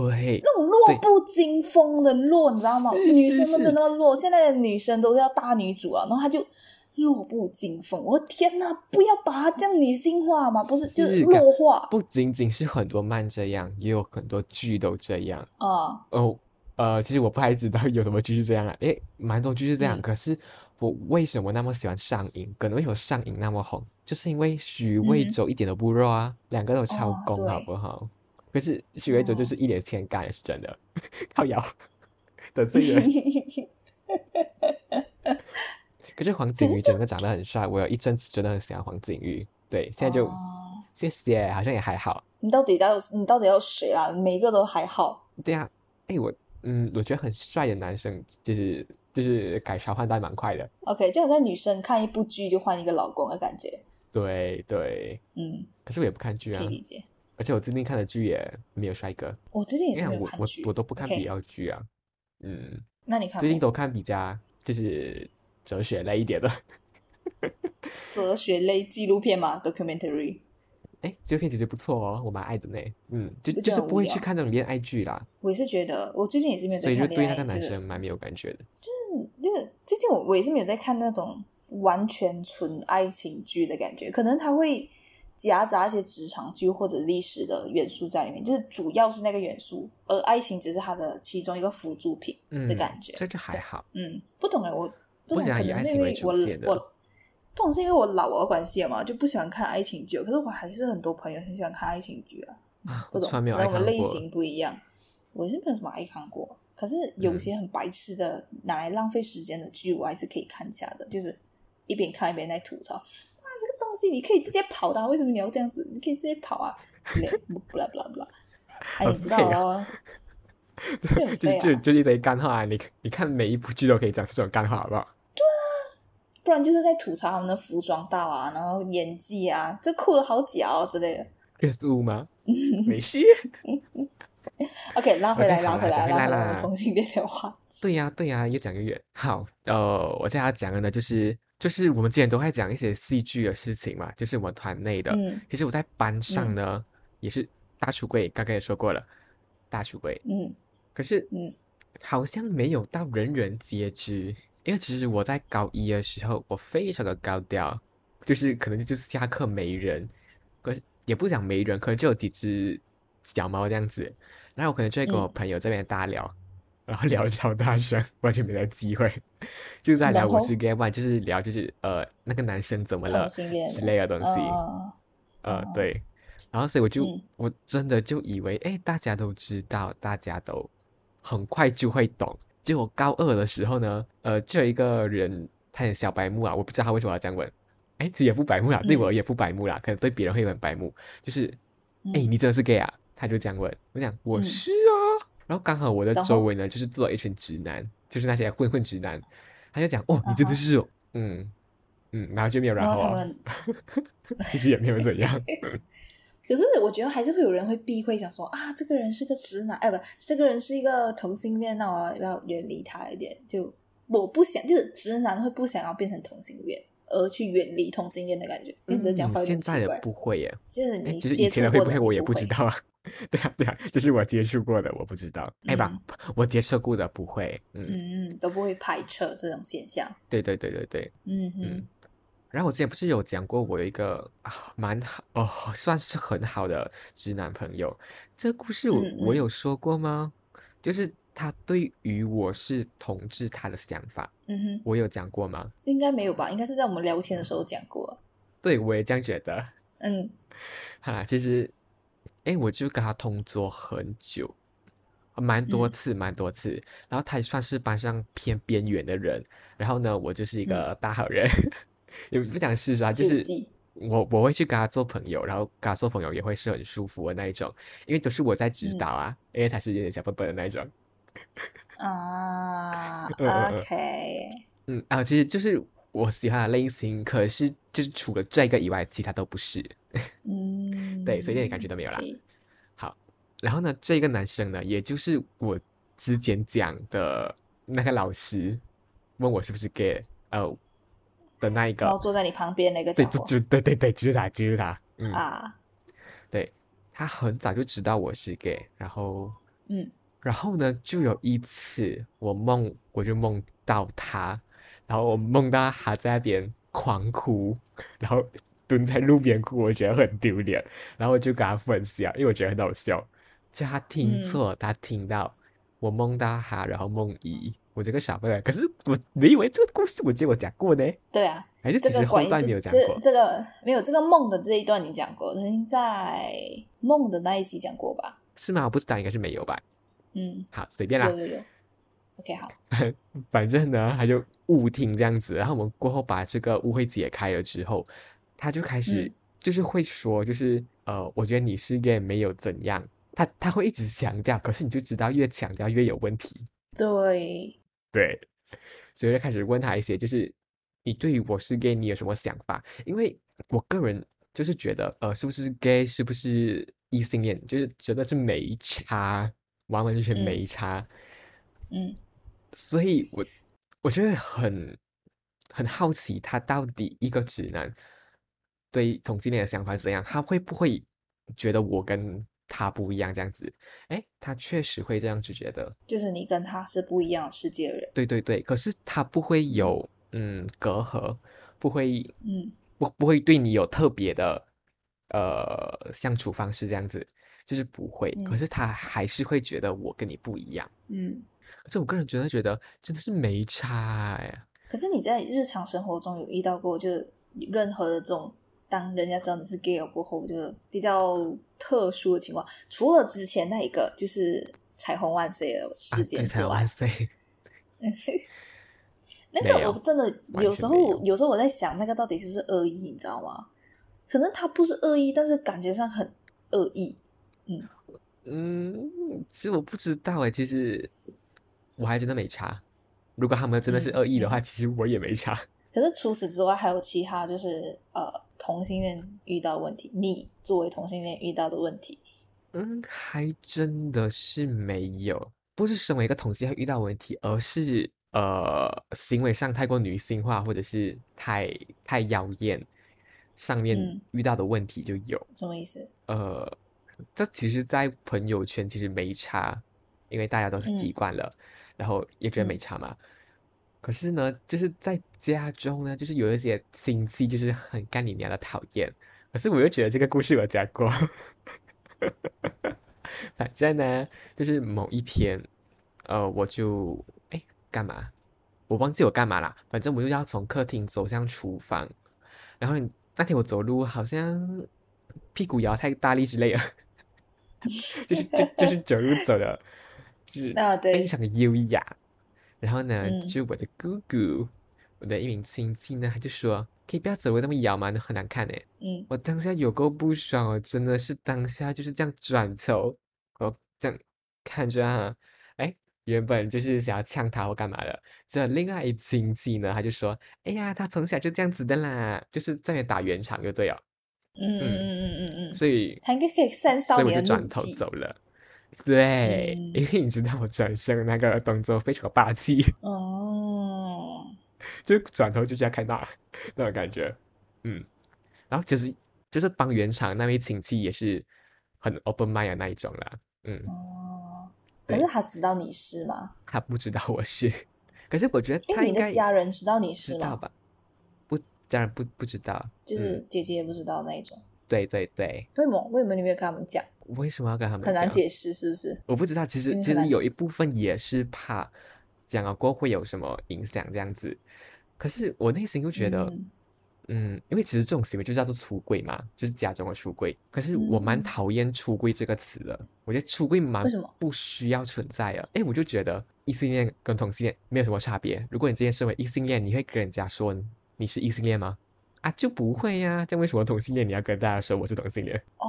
S1: 弱对，
S2: 那种弱不禁风的弱，你知道吗？
S1: 是
S2: 女生
S1: 是
S2: 都没有那么弱，现在的女生都是要大女主啊，然后她就弱不禁风。我的天哪，不要把她这样女性化嘛，不是就是
S1: 是的
S2: 弱化
S1: 不仅仅是很多漫这样，也有很多剧都这样。
S2: 啊、
S1: 哦，呃，其实我不太知道有什么剧是这样啊，诶，蛮多剧是这样。
S2: 嗯
S1: 可是我为什么那么喜欢上瘾？可能为什么上瘾那么红，就是因为许魏
S2: 嗯
S1: 洲一点都不弱啊，两个都超
S2: 哦
S1: 攻，好
S2: 对
S1: 不好？可是许魏洲就
S2: 哦
S1: 是一脸欠干，是真的， 靠摇得 罪人。可是黄景
S2: 是
S1: 瑜整个长得很帅，我有一阵子真的很喜欢黄景瑜。对，现在就
S2: 哦
S1: 谢谢，好像也还好。
S2: 你到底要你到底要谁啦？每个都还好，
S1: 对啊，哎，我嗯，我觉得很帅的男生就是就是改朝换代蛮快的。
S2: OK，就好像女生看一部剧就换一个老公的感觉，
S1: 对对，
S2: 嗯，
S1: 可是我也不看剧
S2: 可
S1: 啊
S2: 以，理解。
S1: 而且我最近看的剧也没有帅哥，
S2: 我最近也
S1: 因
S2: 是
S1: 为
S2: 没有
S1: 我
S2: 看
S1: 我
S2: 剧，
S1: 我都不看
S2: OK，
S1: BL 剧啊，嗯，
S2: 那你看
S1: 最近
S2: 过
S1: 都看比较就是哲学类一点的。
S2: 哲学类纪录片吗？Documentary。
S1: 哎，这部片其实不错哦，我蛮爱的呢。嗯，就
S2: 不
S1: 就
S2: 觉
S1: 是
S2: 得
S1: 不
S2: 无
S1: 会去
S2: 聊
S1: 看那种恋爱剧啦，
S2: 我也是觉得，我最近也是没有
S1: 所
S2: 在
S1: 以就
S2: 看
S1: 对
S2: 恋
S1: 那
S2: 爱，
S1: 个男
S2: 这个
S1: 生蛮没有感觉的。
S2: 那个最近我我也是没有在看那种完全纯爱情剧的感觉，可能它会夹杂一些职场剧或者历史的元素在里面，就是主要是那个元素，而爱情只是它的其中一个辅助品的
S1: 嗯，
S2: 感觉。
S1: 这就还好。
S2: 嗯，不懂哎，我不
S1: 不
S2: 懂，
S1: 想
S2: 可
S1: 以
S2: 能
S1: 爱
S2: 是
S1: 情
S2: 因
S1: 为
S2: 为
S1: 主
S2: 我
S1: 线的
S2: 我不懂是因为我老的关系嘛，就不喜欢看爱情剧。可是我还是很多朋友很喜欢看爱情剧啊，
S1: 啊
S2: 不
S1: 我
S2: 懂，
S1: 从来
S2: 可
S1: 没有
S2: 能
S1: 爱
S2: 我们
S1: 看
S2: 类
S1: 过
S2: 型不一样。我是没有什么爱看过，可是
S1: 嗯
S2: 有些很白痴的、拿来浪费时间的剧，我还是可以看一下的，就是一边看一边在吐槽。哇，这个东西你可以直接跑的啊、为什么你要这样子？你可以直接跑啊，之类的，不啦不啦不啦。哎，你知道
S1: 很废啊
S2: 哦，这很
S1: 就
S2: 废
S1: 就
S2: 啊。
S1: 就一堆干话、啊，你你看每一部剧都可以讲这种干话，好不好？
S2: 不然就是在吐槽他们的服装到啊，然后演技啊，这酷了好假哦之类的。
S1: 二十五 吗？没事。
S2: OK，拉回来，
S1: OK，好
S2: 拉
S1: 啦
S2: 回来，
S1: 讲回
S2: 拉
S1: 来
S2: 回来，我
S1: 啦
S2: 们同性恋的话
S1: 对呀、对呀、越讲越远。好，呃，我现在要讲的呢，就是就是我们之前都在讲一些戏剧的事情嘛，就是我们团内的。
S2: 嗯
S1: 其实我在班上
S2: 嗯
S1: 呢，也是大橱柜，刚刚也说过了，大橱柜。
S2: 嗯
S1: 可是，
S2: 嗯，
S1: 好像没有到人人皆知。因为其实我在高一的时候，我非常的高调，就是可能就是下课没人，可是也不讲没人，可能就有几只小猫这样子，然后我可能就会跟我
S2: 嗯
S1: 朋友这边大聊，然后聊超大声，完全没有机会，就在聊
S2: 然
S1: 我
S2: 后
S1: 是 gay，不然就是聊就是呃那个男生怎么了
S2: 同性恋
S1: 之类的东西，
S2: 嗯
S1: 呃对，然后所以我就
S2: 嗯
S1: 我真的就以为哎大家都知道，大家都很快就会懂。结果高二的时候呢，呃，就有一个人他很小白目啊，我不知道他为什么要这样问，哎，其实也不白目啦，
S2: 嗯
S1: 对我也不白目啦，可能对别人会很白目，就是哎、
S2: 嗯
S1: 你真的是 gay 啊？他就这样问，我讲我
S2: 嗯
S1: 是啊。然后刚好我的
S2: 然
S1: 周
S2: 后
S1: 围呢，就是坐了一群直男，就是那些混混直男，他就讲哦，你真
S2: 啊哈
S1: 的是哦，嗯嗯，然后就没有然
S2: 然后
S1: 后
S2: 他
S1: 啊，
S2: 们，
S1: 其实也没有怎 样，
S2: 可是我觉得还是会有人会避讳，想说啊，这个人是个直男，哎，不，这个人是一个同性恋，那我要远离他一点。就我不想，就是直男会不想要变成同性恋，而去远离同性恋的感觉。你这讲
S1: 嗯
S2: 法有
S1: 现
S2: 点
S1: 在
S2: 奇
S1: 也
S2: 怪。
S1: 不会耶，
S2: 就是
S1: 哎，
S2: 你
S1: 其实
S2: 接
S1: 以
S2: 触
S1: 前的会
S2: 过
S1: 不
S2: 的
S1: 会
S2: 你
S1: 我也
S2: 不
S1: 知。道啊。 对啊，对啊，就是我接触过的，我不知道。哎吧，我接触过的不会。嗯，
S2: 嗯嗯，都不会排斥这种现象。
S1: 对对对对对。
S2: 嗯哼，
S1: 嗯然后我之前不是有讲过，我有一个啊蛮好哦，算是很好的直男朋友。这个故事我
S2: 嗯
S1: 我
S2: 嗯
S1: 有说过吗？就是他对于我是同志他的想法，
S2: 嗯哼，
S1: 我有讲过吗？
S2: 应该没有吧？应该是在我们聊天的时候讲过。
S1: 对，我也这样觉得。
S2: 嗯
S1: 哈，其实，哎，我就跟他同桌很久，蛮多
S2: 嗯
S1: 次，蛮多次。然后他也算是班上偏边缘的人，然后呢，我就是一
S2: 嗯
S1: 个大好人，也不讲事实啊，就
S2: 救
S1: 是
S2: 济
S1: 我我会去跟他做朋友，然后跟他做朋友也会是很舒服的那一种，因为都是我在指
S2: 嗯
S1: 导啊，因为他是有点小笨笨的那一种。
S2: 啊
S1: 嗯嗯嗯
S2: ，OK，
S1: 嗯啊，其实就是我喜欢的类型，可是就是除了这个以外，其他都不是。
S2: 嗯，
S1: 对所以一点感觉都没有啦
S2: OK
S1: 好，然后呢，这个男生呢，也就是我之前讲的那个老师问我是不是 gay，呃的那一
S2: 然后
S1: 个，
S2: 坐在你旁边那个
S1: 对，
S2: 家
S1: 就
S2: 伙
S1: 就对对对，就是他，就是他，嗯，
S2: 啊，
S1: 对，他很早就知道我是 gay，然后，
S2: 嗯，
S1: 然后呢，就有一次我梦，我就梦到他，然后我梦到他在那边狂哭，然后蹲在路边哭，我觉得很丢脸，然后我就跟他分享，因为我觉得很好笑，就他听
S2: 嗯
S1: 错，他听到我梦到他，然后梦遗，我这个傻笨蛋，可是我没以为这个故事，我记得我讲过呢，
S2: 对啊，
S1: 还是
S2: 这
S1: 其
S2: 个
S1: 实后
S2: 关于
S1: 段没
S2: 这
S1: 有讲
S2: 这
S1: 过，
S2: 这个没有这个梦的这一段你讲过，曾经在梦的那一集讲过吧？
S1: 是吗？我不知道，应该是没有吧？
S2: 嗯，
S1: 好，随便啦
S2: 有。有有，OK，好，
S1: 反正呢，他就误听这样子，然后我们过后把这个误会解开了之后，他就开始
S2: 嗯
S1: 就是会说，就是呃，我觉得你是 gay 没有怎样，他他会一直强调，可是你就知道越强调越有问题，
S2: 对，
S1: 对，所以就开始问他一些，就是你对于我是 gay 你有什么想法？因为我个人就是觉得，呃，是不是 gay 是不是异性恋，就是真的是没差，完完全全
S2: 嗯
S1: 没差。
S2: 嗯
S1: 所以我我就会很很好奇，他到底一个直男对同性恋的想法是怎样？他会不会觉得我跟他不一样这样子？诶，他确实会这样子觉得，
S2: 就是你跟他是不一样世界的人，
S1: 对对对。可是他不会有嗯隔阂，不会
S2: 嗯
S1: 不不会对你有特别的呃相处方式这样子，就是不会。可
S2: 嗯
S1: 是他还是会觉得我跟你不一样。
S2: 嗯。
S1: 可是我个人觉得觉得真的是没差哎。
S2: 可是你在日常生活中有遇到过，就是任何的这种，当人家知道你是 gay 了过后，就是比较特殊的情况，除了之前那一个就是彩虹万岁的
S1: 啊
S2: 事件
S1: 对，
S2: 之
S1: 才
S2: 外
S1: 万，岁！
S2: 那
S1: 没
S2: 个
S1: 有
S2: 我真的
S1: 完
S2: 有
S1: 全
S2: 时
S1: 没
S2: 候
S1: 有
S2: 有时候我在想，那个到底是不是恶意，你知道吗？可能他不是恶意，但是感觉上很恶意。
S1: 嗯，其实我不知道哎，其实我还真的没查。如果他们真的是
S2: 嗯
S1: 恶意
S2: 没
S1: 的话，
S2: 事
S1: 其实我也没查。
S2: 可是除此之外，还有其他就是呃同性恋遇到的问题，你作为同性恋遇到的问题，
S1: 嗯，还真的是没有。不是身为一个同性会遇到问题，而是呃行为上太过女性化，或者是太太妖艳，上面
S2: 嗯
S1: 遇到的问题就有。
S2: 什么意思？
S1: 呃，这其实，在朋友圈其实没差，因为大家都是习
S2: 嗯
S1: 惯了，然后也觉得没
S2: 嗯
S1: 差嘛。可是呢，就是在家中呢，就是有一些亲戚就是很干你娘的讨厌。可是我又觉得这个故事有讲过，反正呢，就是某一天，呃，我就哎干嘛？我忘记我干嘛啦，反正我就要从客厅走向厨房，然后那天我走路好像屁股摇太大力之类的， 就是就就是走路走的，就是
S2: 啊对
S1: 非常的优雅。然后呢，
S2: 嗯
S1: 就我的姑姑，我的一名亲戚呢，他就说：“可以不要走路那么摇嘛，很难看诶。”
S2: 嗯，
S1: 我当下有够不爽，我真的是当下就是这样转头，我这样看着他，哎，原本就是想要呛他或干嘛的，这另外一亲戚呢，他就说，哎呀，他从小就这样子的啦，就是在那打圆场就对了，哦
S2: 嗯嗯嗯嗯嗯嗯，
S1: 所以，
S2: 他应该可以 sense 到
S1: 所以
S2: 你
S1: 我就
S2: 的
S1: 转
S2: 怒
S1: 头
S2: 气。
S1: 走了。对，
S2: 嗯
S1: 因为你知道我转身那个动作非常霸气，
S2: 哦，
S1: 就转头就这样看到 那种感觉，嗯，然后就是就是帮圆场那位亲戚也是很 open mind 的那一种啦，嗯，
S2: 哦，可
S1: 对
S2: 是他知道你是吗？
S1: 他不知道我是， 可是我觉得
S2: 因
S1: 他
S2: 为你
S1: 应
S2: 的
S1: 该
S2: 家人知道你
S1: 知
S2: 是
S1: 道
S2: 吗？
S1: 吧？不，当然不不知道，
S2: 就是
S1: 嗯、
S2: 姐姐也不知道那一种。
S1: 对对对，
S2: 为什么？为什么你没有跟他们讲？
S1: 为什么要跟他们
S2: 很难
S1: 讲
S2: 解释，是不是？
S1: 我不知道，其实
S2: 因为
S1: 其
S2: 很
S1: 实
S2: 难
S1: 有
S2: 解
S1: 一
S2: 释
S1: 部分也是怕讲了过后会有什么影响这样子，可是我内心又觉得。
S2: 嗯
S1: 嗯，因为其实这种行为就叫做出柜嘛，就是假装的出柜。可是我蛮
S2: 嗯
S1: 讨厌“出柜”这个词的，我觉得出柜蛮
S2: 为什么
S1: 不需要存在的。哎，我就觉得异性恋跟同性恋没有什么差别。如果你今天身为异性恋，你会跟人家说你是异性恋吗？啊，就不会呀、这样为什么同性恋你要跟大家说我是同性恋？
S2: 哦，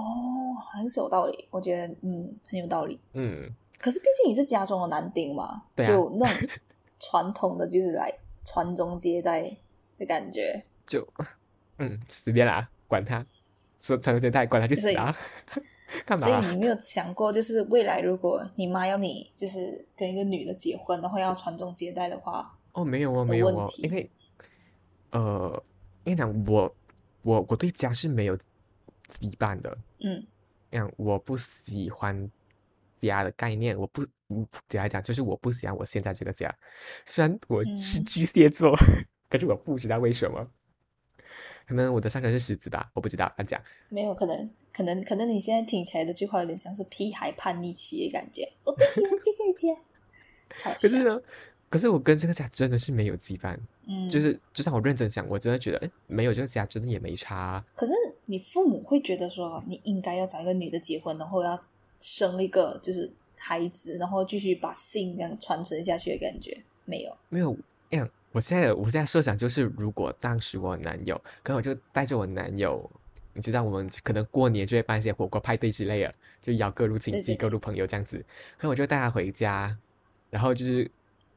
S2: 好像是有道理，我觉得嗯很有道理。
S1: 嗯，
S2: 可是毕竟你是家中的男丁嘛，
S1: 对啊
S2: 就那种传统的就是来传宗接代的感觉。
S1: 就嗯 随便啦，管他，说传宗接代，管他去
S2: 所
S1: 死
S2: 以
S1: 啊！干嘛
S2: 所
S1: 啊、
S2: 以你没有想过，就是未来如果你妈要你就是跟一个女的结婚，然后要传宗接代的话，
S1: 哦，没有哦，
S2: 的
S1: 没有
S2: 问
S1: 哦，因
S2: 题
S1: 为，呃，因为讲我我我对家是没有羁绊的，
S2: 嗯
S1: 讲我不喜欢家的概念，我不，我简单讲就是我不喜欢我现在这个家。虽然我是
S2: 嗯
S1: 巨蟹座， 可是我不知道为什么，可能我的上升是狮子吧，我不知道乱讲。
S2: 没有可能，可能可能你现在听起来这句话有点像是屁孩叛逆期的感觉。我不喜欢这个家， 吵
S1: 可是
S2: 笑
S1: 呢，可是我跟这个家真的是没有羁绊，
S2: 嗯，
S1: 就是就算我认真想，我真的觉得，诶没有这个家真的也没差啊。
S2: 可是你父母会觉得说，你应该要找一个女的结婚，然后要生一个就是孩子，然后继续把姓这样传承下去的感觉没有？
S1: 没有，哎呀，我现在我现在设想就是，如果当时我有男友，可能我就带着我男友，你知道，我们可能过年就会办一些火锅派对之类的，就邀各路亲
S2: 对
S1: 戚、
S2: 对
S1: 各路朋友这样子。可我就带他回家，然后就是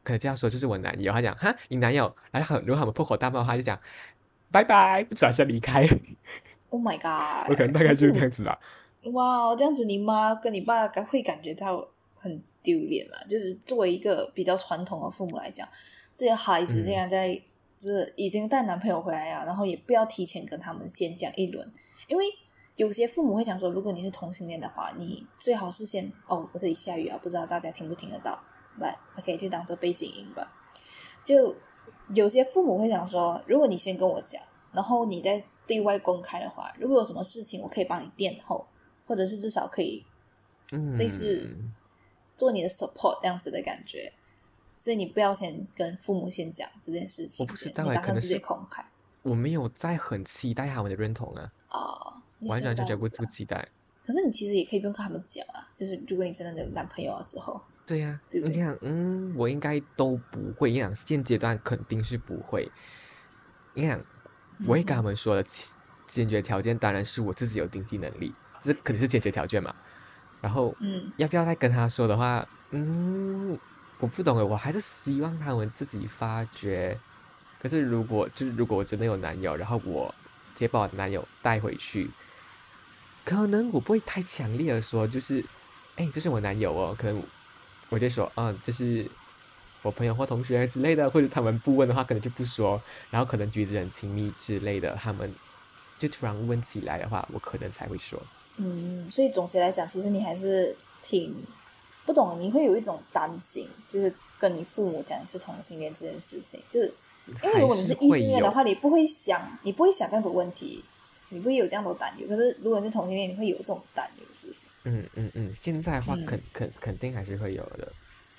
S1: 可能这样说，就是我男友，他讲哈，你男友，然后他如果他们破口大骂的话，他就讲拜拜，转身离开。
S2: Oh my god！
S1: 我可能大概就是这
S2: 可
S1: 样子吧。
S2: 你哇，这样子你妈跟你爸感会感觉到很丢脸嘛？就是作为一个比较传统的父母来讲，这些孩子
S1: 嗯
S2: 竟然在、就是已经带男朋友回来啊了，然后也不要提前跟他们先讲一轮，因为有些父母会讲说，如果你是同性恋的话，你最好是先哦，我这里下雨啊，不知道大家听不听得到，but OK 就当做背景音吧。就有些父母会想说，如果你先跟我讲，然后你再对外公开的话，如果有什么事情，我可以帮你垫后，或者是至少可以
S1: 嗯，
S2: 类似做你的 support 这样子的感觉。所以你不要先跟父母先讲这件事情
S1: 我不知
S2: 先，
S1: 道
S2: 你
S1: 欸
S2: 打
S1: 可
S2: 算
S1: 能
S2: 直接
S1: 是
S2: 公开
S1: 我没有在很期待他们的认同啊，
S2: 啊？你
S1: 完
S2: 想
S1: 完全
S2: 到
S1: 全不
S2: 了
S1: 不期待。
S2: 可是你其实也可以不用跟他们讲啊，就是如果你真的有男朋友了之后，
S1: 对呀、
S2: 对不
S1: 你
S2: 对
S1: 看，嗯，我应该都不会。你想，现阶段肯定是不会。你想，我会跟
S2: 嗯
S1: 他们说的，其先决条件当然是我自己有经济能力，这肯定是先决条件嘛。然后
S2: 嗯，
S1: 要不要再跟他说的话，嗯，我不懂诶，我还是希望他们自己发掘。可是如果就是如果我真的有男友，然后我直接把我男友带回去，可能我不会太强烈的说，就是，哎，这是我男友哦，可能我就说，嗯，这是我朋友或同学之类的，或者他们不问的话，可能就不说，然后可能举止很亲密之类的，他们就突然问起来的话，我可能才会说。
S2: 嗯，所以总结来讲，其实你还是挺不懂，你会有一种担心，就是跟你父母讲你是同性恋这件事情，就是因为如果你
S1: 还是
S2: 异
S1: 会
S2: 性恋的
S1: 有
S2: 话，你不会想，你不会想这样的问题，你不会有这样的担忧。可是如果你是同性恋，你会有这种担忧，是不行？
S1: 嗯嗯嗯，现在的话
S2: 嗯
S1: 肯肯肯定还是会有的，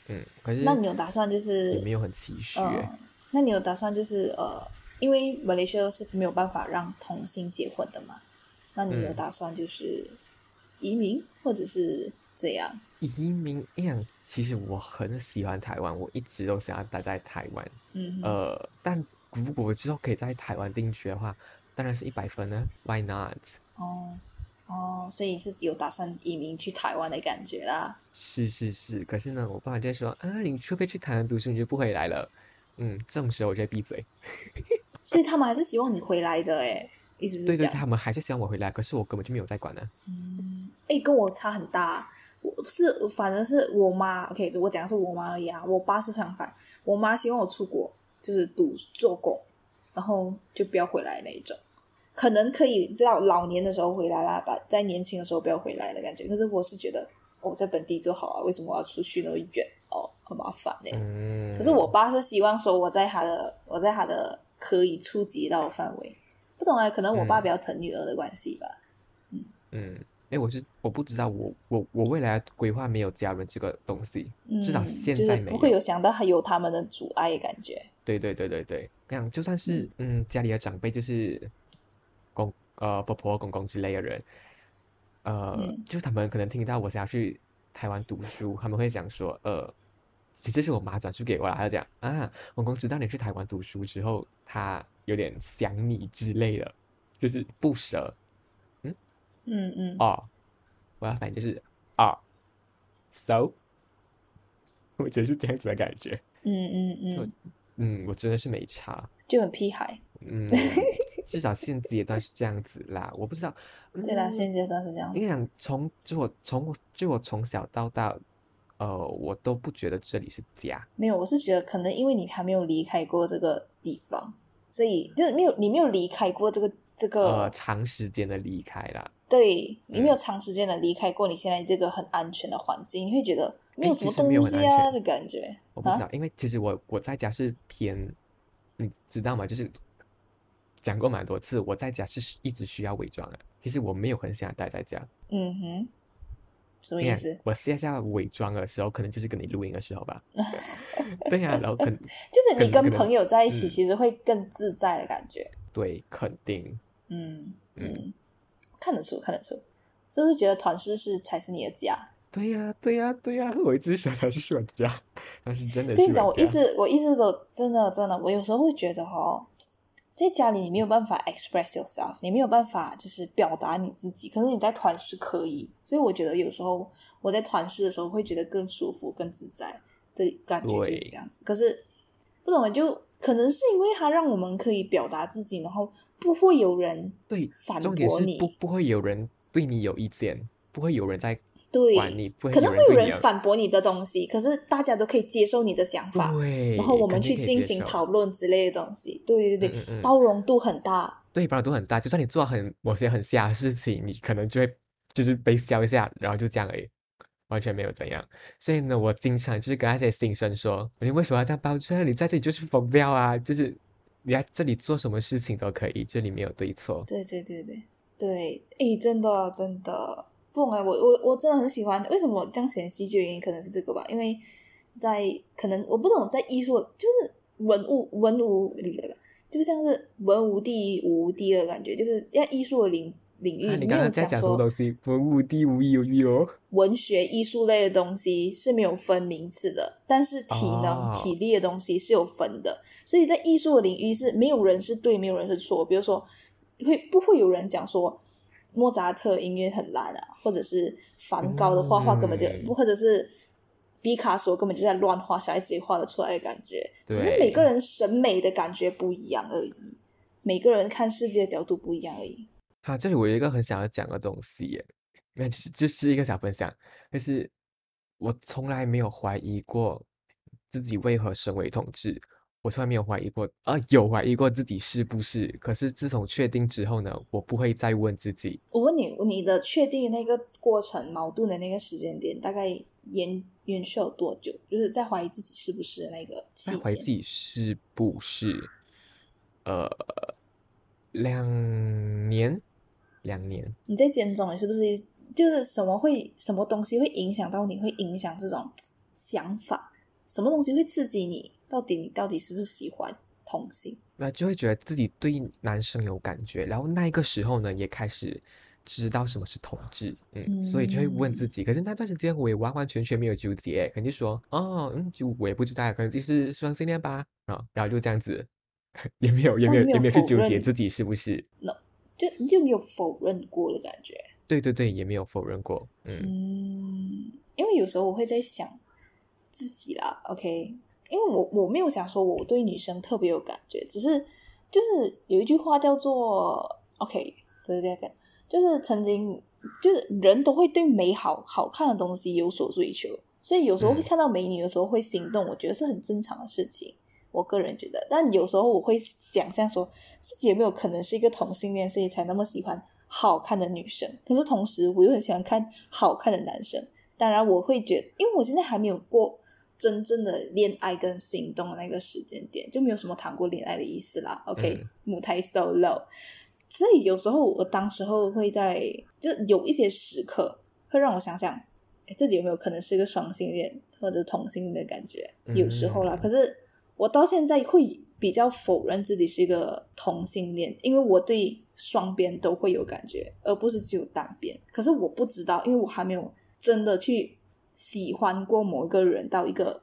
S1: 嗯，可是
S2: 那你有打算就是
S1: 也没有很期许
S2: 嗯，
S1: 欸，
S2: 那你有打算就是呃，因为马来西亚是没有办法让同性结婚的嘛？那你有
S1: 嗯
S2: 打算就是移民或者是怎样？
S1: 移民一样，其实我很喜欢台湾，我一直都想要待在台湾，
S2: 嗯哼，
S1: 呃，但如果之后可以在台湾定居的话，当然是一百分呢，Why not？
S2: 哦哦，所以你是有打算移民去台湾的感觉啦？
S1: 是是是，可是呢，我爸就会说啊，你除非去台湾读书，你就不回来了。嗯，这种时候我就会闭嘴。
S2: 所以他们还是希望你回来的诶，意思
S1: 对
S2: 是这
S1: 对，
S2: 样。
S1: 他们还是希望我回来，可是我根本就没有在管呢、
S2: 嗯，哎，跟我差很大。我是反正是我妈，OK，我讲的是我妈而已啊。我爸是相反，我妈希望我出国，就是读做工，然后就不要回来那一种。可能可以到老年的时候回来啦，吧，在年轻的时候不要回来的感觉。可是我是觉得，哦，在本地就好啊，为什么我要出去那么远？哦，很麻烦呢、
S1: 嗯，
S2: 可是我爸是希望说我在他的我在他的可以触及到的范围，不懂啊，可能我爸
S1: 嗯
S2: 比较疼女儿的关系吧。
S1: 嗯，哎，我是我不知道我，我我未来的规划没有家人这个东西，至少
S2: 嗯
S1: 现
S2: 就是
S1: 在没
S2: 不会
S1: 有
S2: 有想到还有他们的阻碍的感觉。
S1: 对对对对对，这样就算是嗯家里的长辈就是公呃婆婆公公之类的人，呃，
S2: 嗯
S1: 就是他们可能听到我想要去台湾读书，他们会讲说呃，其实是我妈转述给我啦，她就讲啊，公公知道你去台湾读书之后，她有点想你之类的，就是不舍
S2: 嗯嗯，
S1: 哦。我要反应就是哦，so，我觉得是这样子的感觉，
S2: 嗯嗯
S1: 所以
S2: 嗯，
S1: 嗯，我真的是没差。
S2: 就很屁孩。
S1: 嗯，至少现阶段是这样子啦。我不知道，
S2: 对啦，
S1: 嗯
S2: 现阶段是这样
S1: 因为
S2: 子。
S1: 讲从就我从我就我从小到大，呃，我都不觉得这里是家。
S2: 没有，我是觉得可能因为你还没有离开过这个地方，所以就是没有你没有离开过这个这
S1: 呃，
S2: 个，
S1: 长时间的离开啦，
S2: 对你没有
S1: 嗯
S2: 长时间的离开过你现在这个很安全的环境，你会觉得没有
S1: 诶
S2: 什么
S1: 其实没有
S2: 东
S1: 很
S2: 西
S1: 安
S2: 啊
S1: 全
S2: 的感觉。
S1: 我不知
S2: 啊
S1: 道，因为其实我我在家是偏，你知道吗？就是讲过蛮多次，我在家是一直需要伪装的。其实我没有很想待在家，
S2: 嗯哼，什么
S1: 你
S2: 意
S1: 看，
S2: 思？
S1: 我卸下伪装的时候，可能就是跟你录音的时候 吧。对呀、然后可能
S2: 就是
S1: 可
S2: 你
S1: 能
S2: 跟
S1: 可能
S2: 朋友在一起，
S1: 嗯
S2: 其实会更自在的感觉。
S1: 对，肯定。
S2: 嗯，
S1: 嗯
S2: 嗯，看得出，看得出，是不是觉得团师是才是你的家？
S1: 对呀，对呀，对呀，我一直想他是我家，他是真的是
S2: 跟你讲，
S1: 我
S2: 我一
S1: 家
S2: 直我一直都真的真的，我有时候会觉得哦，在家里你没有办法 express yourself，你没有办法就是表达你自己，可是你在团师可以，所以我觉得有时候我在团师的时候会觉得更舒服、更自在的感觉就是
S1: 对
S2: 这样子。可是不懂，就可能是因为它让我们可以表达自己，然后不会有人
S1: 对，
S2: 反
S1: 重点
S2: 驳
S1: 是
S2: 你
S1: 不不会有人对你有意见，不会有人在
S2: 对
S1: 管你，不会
S2: 可能
S1: 有
S2: 会
S1: 人
S2: 有
S1: 对你
S2: 人
S1: 有
S2: 反驳你的东西，可是大家都可以接受你的想法，
S1: 对，
S2: 然后我们
S1: 肯定
S2: 去
S1: 可以
S2: 进
S1: 接
S2: 行
S1: 受
S2: 讨论之类的东西。对对
S1: 嗯
S2: 对，
S1: 嗯嗯，
S2: 包容度很大。
S1: 对，包容度很大，就算你做很某些很瞎的事情，你可能就会就是被笑一下，然后就这样而已，完全没有怎样。所以呢，我经常就是跟那些新生说，你为什么要这样包装？你在这里就是疯掉啊，就是你在这里做什么事情都可以，这里没有对错。
S2: 对对对对对，诶，真的真的，不懂哎，我我我真的很喜欢。为什么我这样选戏剧的原因可能是这个吧？因为在可能我不懂，在艺术就是文物文无，就像是文无第一，武无第二的感觉，就是在艺术的领领域
S1: 啊那你
S2: 嗯没
S1: 刚
S2: 有
S1: 刚在
S2: 讲
S1: 讲什么
S2: 说
S1: 东西？文无第无一有一哦。
S2: 文学艺术类的东西是没有分名次的，但是体能、
S1: 哦
S2: 体力的东西是有分的。所以在艺术的领域是没有人是对，没有人是错。比如说，会不会有人讲说莫扎特音乐很烂啊，或者是梵高的画画根本就，
S1: 嗯
S2: 或者是毕卡索根本就在乱画，小孩子也画得出来的感觉。只
S1: 对
S2: 是每个人审美的感觉不一样而已，每个人看世界的角度不一样而已。
S1: 好，这里我有一个很想要讲的东西耶，那就是就是一个小分享，就是我从来没有怀疑过自己为何身为同志，我从来没有怀疑过，啊，有怀疑过自己是不是，可是自从确定之后呢，我不会再问自己，
S2: 我问你，你的确定那个过程矛盾的那个时间点，大概延延续有多久？就是在怀疑自己是不是的那个期
S1: 在怀疑自
S2: 间，
S1: 己是不是，呃，两年，两年，
S2: 你在监中，你是不是就是什么会什么东西会影响到你，会影响这种想法，什么东西会刺激你，到底你到底是不是喜欢同性？
S1: 那就会觉得自己对男生有感觉，然后那一个时候呢，也开始知道什么是同志，嗯，所以就会问自己。可是那段时间我也完完全全没有纠结，可能就说哦，嗯，就我也不知道，可能就是双性恋吧，啊，然后就这样子， 也没有也
S2: 哦
S1: 没有
S2: 你没有
S1: 也没有去
S2: 否
S1: 纠结
S2: 认
S1: 自己是不是，
S2: 就你就没有否认过的感觉。
S1: 对对对，也没有否认过，嗯
S2: 嗯，因为有时候我会在想自己啦，OK，因为我我没有想说我对女生特别有感觉，只是就是有一句话叫做 OK，就是这个，就是曾经就是人都会对美好好看的东西有所追求，所以有时候会
S1: 嗯
S2: 看到美女，有时候会心动，我觉得是很正常的事情。我个人觉得，但有时候我会想象说自己有没有可能是一个同性恋，所以才那么喜欢好看的女生。可是同时，我又很喜欢看好看的男生。当然，我会觉得，因为我现在还没有过真正的恋爱跟行动的那个时间点，就没有什么谈过恋爱的意思啦。OK，、
S1: 嗯
S2: 母胎 solo，所以有时候我当时候会在，就有一些时刻会让我想想，诶自己有没有可能是个双性恋或者同性恋的感觉？有时候啦，
S1: 嗯
S2: 可是我到现在会比较否认自己是一个同性恋，因为我对双边都会有感觉，而不是只有单边。可是我不知道，因为我还没有真的去喜欢过某一个人到一个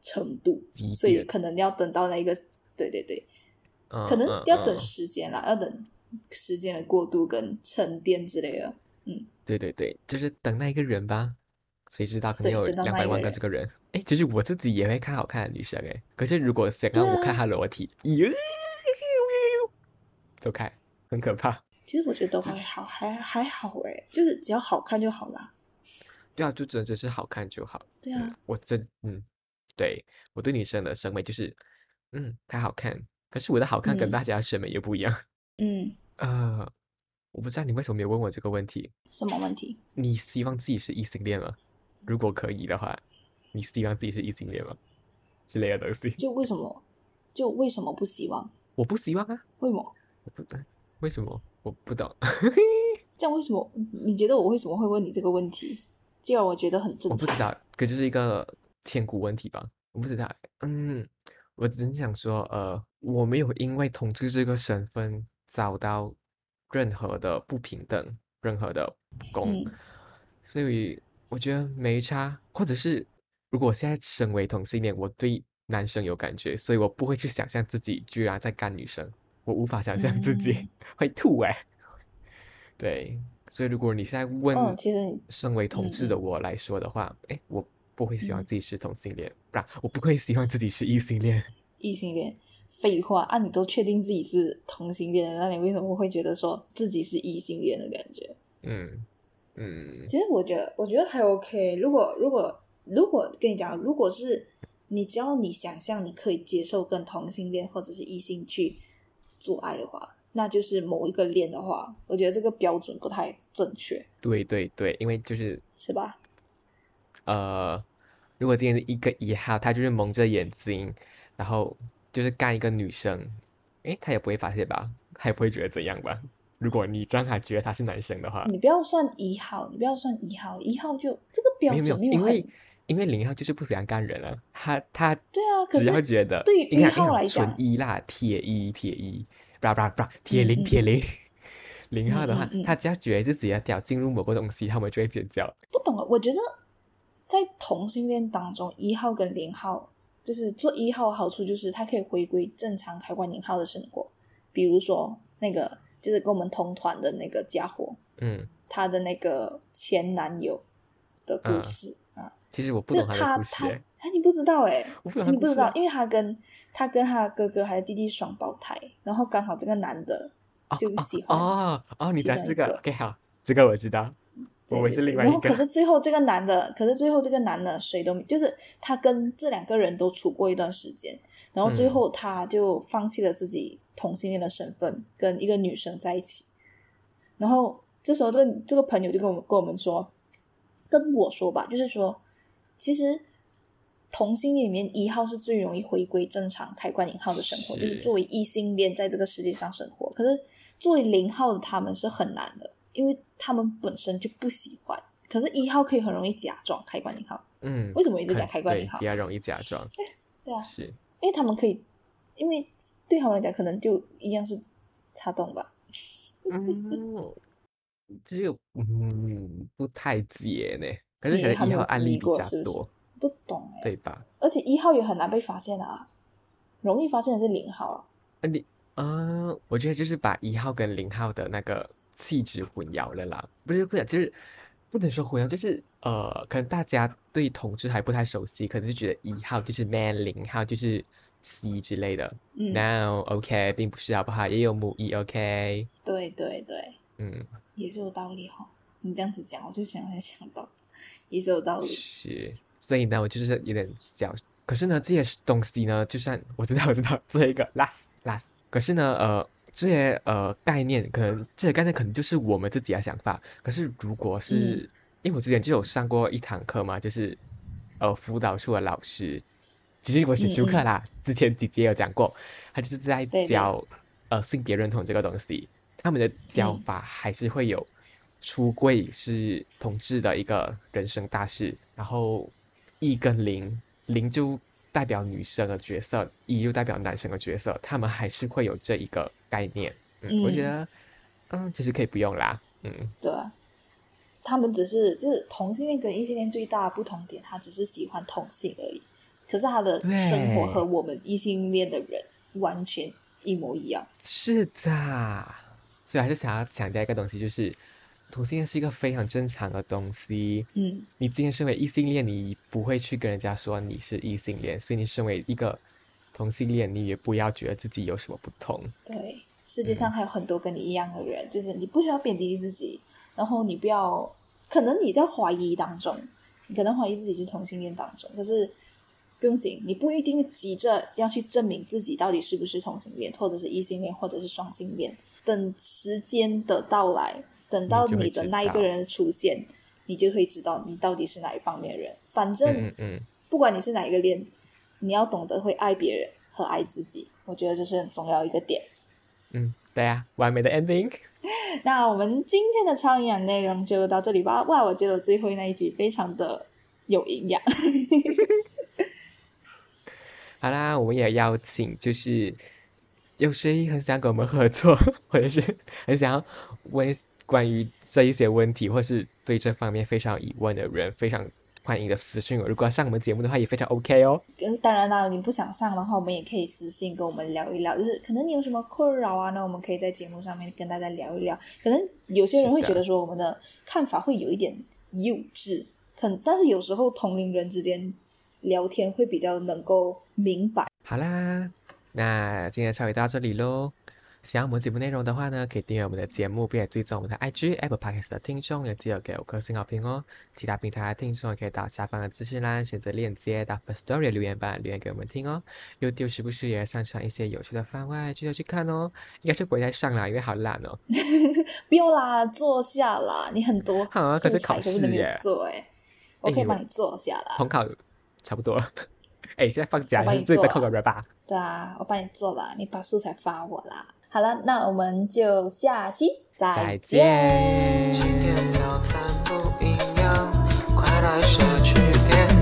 S2: 程度，
S1: 极
S2: 嗯所以
S1: 点
S2: 可能要等到那一个，对对对，
S1: 嗯，
S2: 可能
S1: 嗯
S2: 要等
S1: 嗯
S2: 时间啦，要等时间的过渡跟沉淀之类的。
S1: 对对对，就是等那一个人吧，谁知道可能
S2: 对
S1: 有
S2: 等到
S1: 两
S2: 那
S1: 百
S2: 一
S1: 万
S2: 个
S1: 个这个人。哎，其实我自己也会看好看的女生哎，可是如果想
S2: 对
S1: 让我看
S2: 啊
S1: 她裸体，咦，走开，很可怕。
S2: 其实我觉得都还好，还还好诶、就是只要好看就好啦。
S1: 对啊，就真只是好看就好。
S2: 对啊，
S1: 嗯，我真嗯，对我对女生的审美就是，嗯，她好看，可是我的好看跟
S2: 嗯
S1: 大家的审美又不一样。
S2: 嗯，
S1: 呃，我不知道你为什么没有问我这个问题。
S2: 什么问题？
S1: 你希望自己是异性恋吗？如果可以的话，你希望自己是异性恋吗？之类的东西，
S2: 就为什么？就为什么不希望？
S1: 我不希望啊，
S2: 为什么？
S1: 我不，为什么？我不懂，
S2: 这样为什么？你觉得我为什么会问你这个问题？既然我觉得很
S1: 我
S2: 正
S1: 不
S2: 常，
S1: 知道，可就是一个千古问题吧，我不知道。嗯，我只是想说，呃，我没有因为同志这个身份遭到任何的不平等，任何的不公，
S2: 嗯
S1: 所以我觉得没差，或者是如果我现在身为同性恋，我对男生有感觉，所以我不会去想象自己居然在干女生，我无法想象自己、
S2: 嗯
S1: 会吐哎、对，所以如果你现在问，
S2: 嗯，其实你
S1: 身为同志的
S2: 嗯
S1: 我来说的话，哎，我不会希望
S2: 嗯
S1: 自己是同性恋，不、然我不会希望自己是异性恋。
S2: 异性恋，废话啊，你都确定自己是同性恋了，那你为什么会觉得说自己是异性恋的感觉？
S1: 嗯嗯
S2: 其实我觉得，我觉得还 OK。如果如果如果跟你讲，如果是你只要你想象你可以接受跟同性恋或者是异性去做爱的话，那就是某一个恋的话，我觉得这个标准不太正确，
S1: 对对对，因为就是
S2: 是吧？
S1: 呃，如果今天是一个一号，他就是蒙着眼睛，然后就是干一个女生，哎，他也不会发现吧，他也不会觉得怎样吧。如果你让他觉得他是男生的话，
S2: 你不要算一号，你不要算一号，一号就这个标
S1: 没有没
S2: 准
S1: 有，
S2: 没
S1: 因
S2: 很
S1: 为因为零号就是不喜欢干人啊，他他
S2: 对啊。可
S1: 只要
S2: 是
S1: 觉得
S2: 对于
S1: 你看哎
S2: 一
S1: 呀
S2: 号来
S1: 纯
S2: 讲，
S1: 一啦，铁一铁一，不啦不啦不啦，铁
S2: 嗯
S1: 零
S2: 嗯
S1: 铁零。零号的话
S2: 嗯嗯，嗯
S1: 他只要觉得自己的屌进入某个东西，他们就会尖叫。
S2: 不懂啊，我觉得在同性恋当中，一号跟零号，就是做一号的好处就是他可以回归正常开关零号的生活，比如说那个就是跟我们同团的那个家伙，
S1: 嗯，
S2: 他的那个前男友的故事啊，
S1: 其实我嗯不
S2: 就
S1: 懂他的
S2: 他
S1: 故事
S2: 他
S1: 欸，
S2: 哎，你不知道 哎、
S1: 我不懂他
S2: 你
S1: 的故
S2: 不知
S1: 事
S2: 道
S1: 啊，。
S2: 因为他跟他跟他的哥哥还有弟弟双胞胎，然后刚好这个男的
S1: 哦
S2: 就喜欢
S1: 哦哦，你
S2: 其
S1: 讲
S2: 中
S1: 这
S2: 一
S1: 个
S2: 个
S1: ，OK 好，这个我知道，我
S2: 对
S1: 我是
S2: 对
S1: 另
S2: 对
S1: 外
S2: 然
S1: 一
S2: 后
S1: 个
S2: 可。是最后这个男的，可是最后这个男的谁都没，就是他跟这两个人都处过一段时间，然后最
S1: 嗯
S2: 后他就放弃了自己同性恋的身份，跟一个女生在一起。然后这时候这个这个朋友就跟我们跟我们说，跟我说吧，就是说，其实同性恋里面一号是最容易回归正常开关引号的生活，就
S1: 是
S2: 是作为异性恋在这个世界上生活。可是作为零号的他们是很难的，因为他们本身就不喜欢。可是，一号可以很容易假装开关一号，
S1: 嗯，
S2: 为什么我一直
S1: 很
S2: 讲开关
S1: 对
S2: 一号
S1: 比？较容易假装，
S2: 对啊，
S1: 是，
S2: 因为他们可以，因为对他们来讲，可能就一样是插洞吧。
S1: 嗯，这个嗯不太解呢，可是
S2: 你
S1: 可能
S2: 还
S1: 一
S2: 没有
S1: 号案
S2: 经历
S1: 例比
S2: 过
S1: 较
S2: 是不是
S1: 多，
S2: 不懂哎、
S1: 对吧？
S2: 而且一号也很难被发现啊，容易发现的是零号啊。
S1: 啊你啊，我觉得就是把一号跟零号的那个气质混淆了啦，不是不是，就是不能说混淆，就是呃，可能大家对同志还不太熟悉，可能就觉得一号就是 man，零号就是 C 之类的。
S2: 嗯，
S1: No OK，并不是好不好？也有母一 OK，
S2: 对对对，
S1: 嗯，
S2: 也是有道理哈、你这样子讲，我就想才想到， 也是有道理。
S1: 是，所以呢，我就是有点小，可是呢，这些东西呢，就算我知道， 我知道这一个 last last，可是呢，呃，这些呃概念，可能这些概念可能就是我们自己的想法。可是如果是、
S2: 嗯
S1: 因为我之前就有上过一堂课嘛，就是呃辅导处的老师，其实我选修
S2: 嗯
S1: 课
S2: 嗯
S1: 啦，之前姐姐有讲过，他就是在
S2: 对对
S1: 教呃性别认同这个东西，他们的教
S2: 嗯
S1: 法还是会有出柜是同志的一个人生大事，然后一跟零零就代表女生的角色，一就代表男生的角色，他们还是会有这一个概念。嗯，我觉
S2: 嗯
S1: 得，嗯，其实可以不用啦。嗯，
S2: 对啊，他们只是就是同性恋跟异性恋最大的不同点，他只是喜欢同性而已。可是他的
S1: 对
S2: 生活和我们异性恋的人完全一模一样。
S1: 是的，所以还是想要强调一个东西，就是同性恋是一个非常正常的东西。
S2: 嗯，
S1: 你今天身为异性恋，你不会去跟人家说你是异性恋，所以你身为一个同性恋，你也不要觉得自己有什么不同。
S2: 对，世界
S1: 嗯
S2: 上还有很多跟你一样的人，就是你不需要贬低自己，然后你不要，可能你在怀疑当中，你可能怀疑自己是同性恋当中，可是。不用紧，你不一定急着要去证明自己到底是不是同性恋，或者是异性恋，或者是双性恋。等时间的到来，等到
S1: 你就会
S2: 你的
S1: 知
S2: 那一
S1: 道
S2: 个人出现，你就会知道你到底是哪一方面的人。反正
S1: 嗯嗯，
S2: 不管你是哪一个恋，你要懂得会爱别人和爱自己，我觉得这是很重要一个点。
S1: 嗯，对啊，完美的 ending。
S2: 那我们今天的超营养内容就到这里吧。哇，我觉得我最后那一集非常的有营 养。
S1: 好啦，我们也邀请，就是有谁很想跟我们合作，或者是很想要问关于这一些问题，或是对这方面非常有疑问的人，非常欢迎的私信我。如果要上我们节目的话，也非常 OK 哦。
S2: 嗯，当然啦，你不想上的话，我们也可以私信跟我们聊一聊，就是可能你有什么困扰啊，那我们可以在节目上面跟大家聊一聊。可能有些人会
S1: 是的
S2: 觉得说我们的看法会有一点幼稚，可但是有时候同龄人之间聊天会比较能够明白。
S1: 好啦，那今天的稍微到这里喽。喜欢我们节目内容的话呢，可以订阅我们的节目，并且追踪我们的 IG Apple Podcast 的听众，也记得给五颗星好评哦。其他平台的听众也可以到下方的资讯栏选择链接到 First Story 留言板留言给我们听哦。YouTube 时不时也上传一些有趣的番外，记得去看哦。应该是不会再上啦，因为好懒哦。
S2: 不用啦，坐下啦，你很多
S1: 好啊可
S2: 素
S1: 是
S2: 材
S1: 考
S2: 可是都
S1: 试
S2: 没有
S1: 耶
S2: 做哎、我可
S1: 哎
S2: 以
S1: 呦
S2: 帮你坐下啦。
S1: 统考差不多 了，哎，现在放假
S2: 我帮
S1: 你
S2: 你
S1: 是最
S2: 做
S1: 在扣
S2: 了
S1: 个人吧？
S2: 对啊，我帮你做啦，你把素材发我啦。好了，那我们就下期
S1: 再
S2: 再
S1: 见。
S4: 今天早餐不一样，快来社区点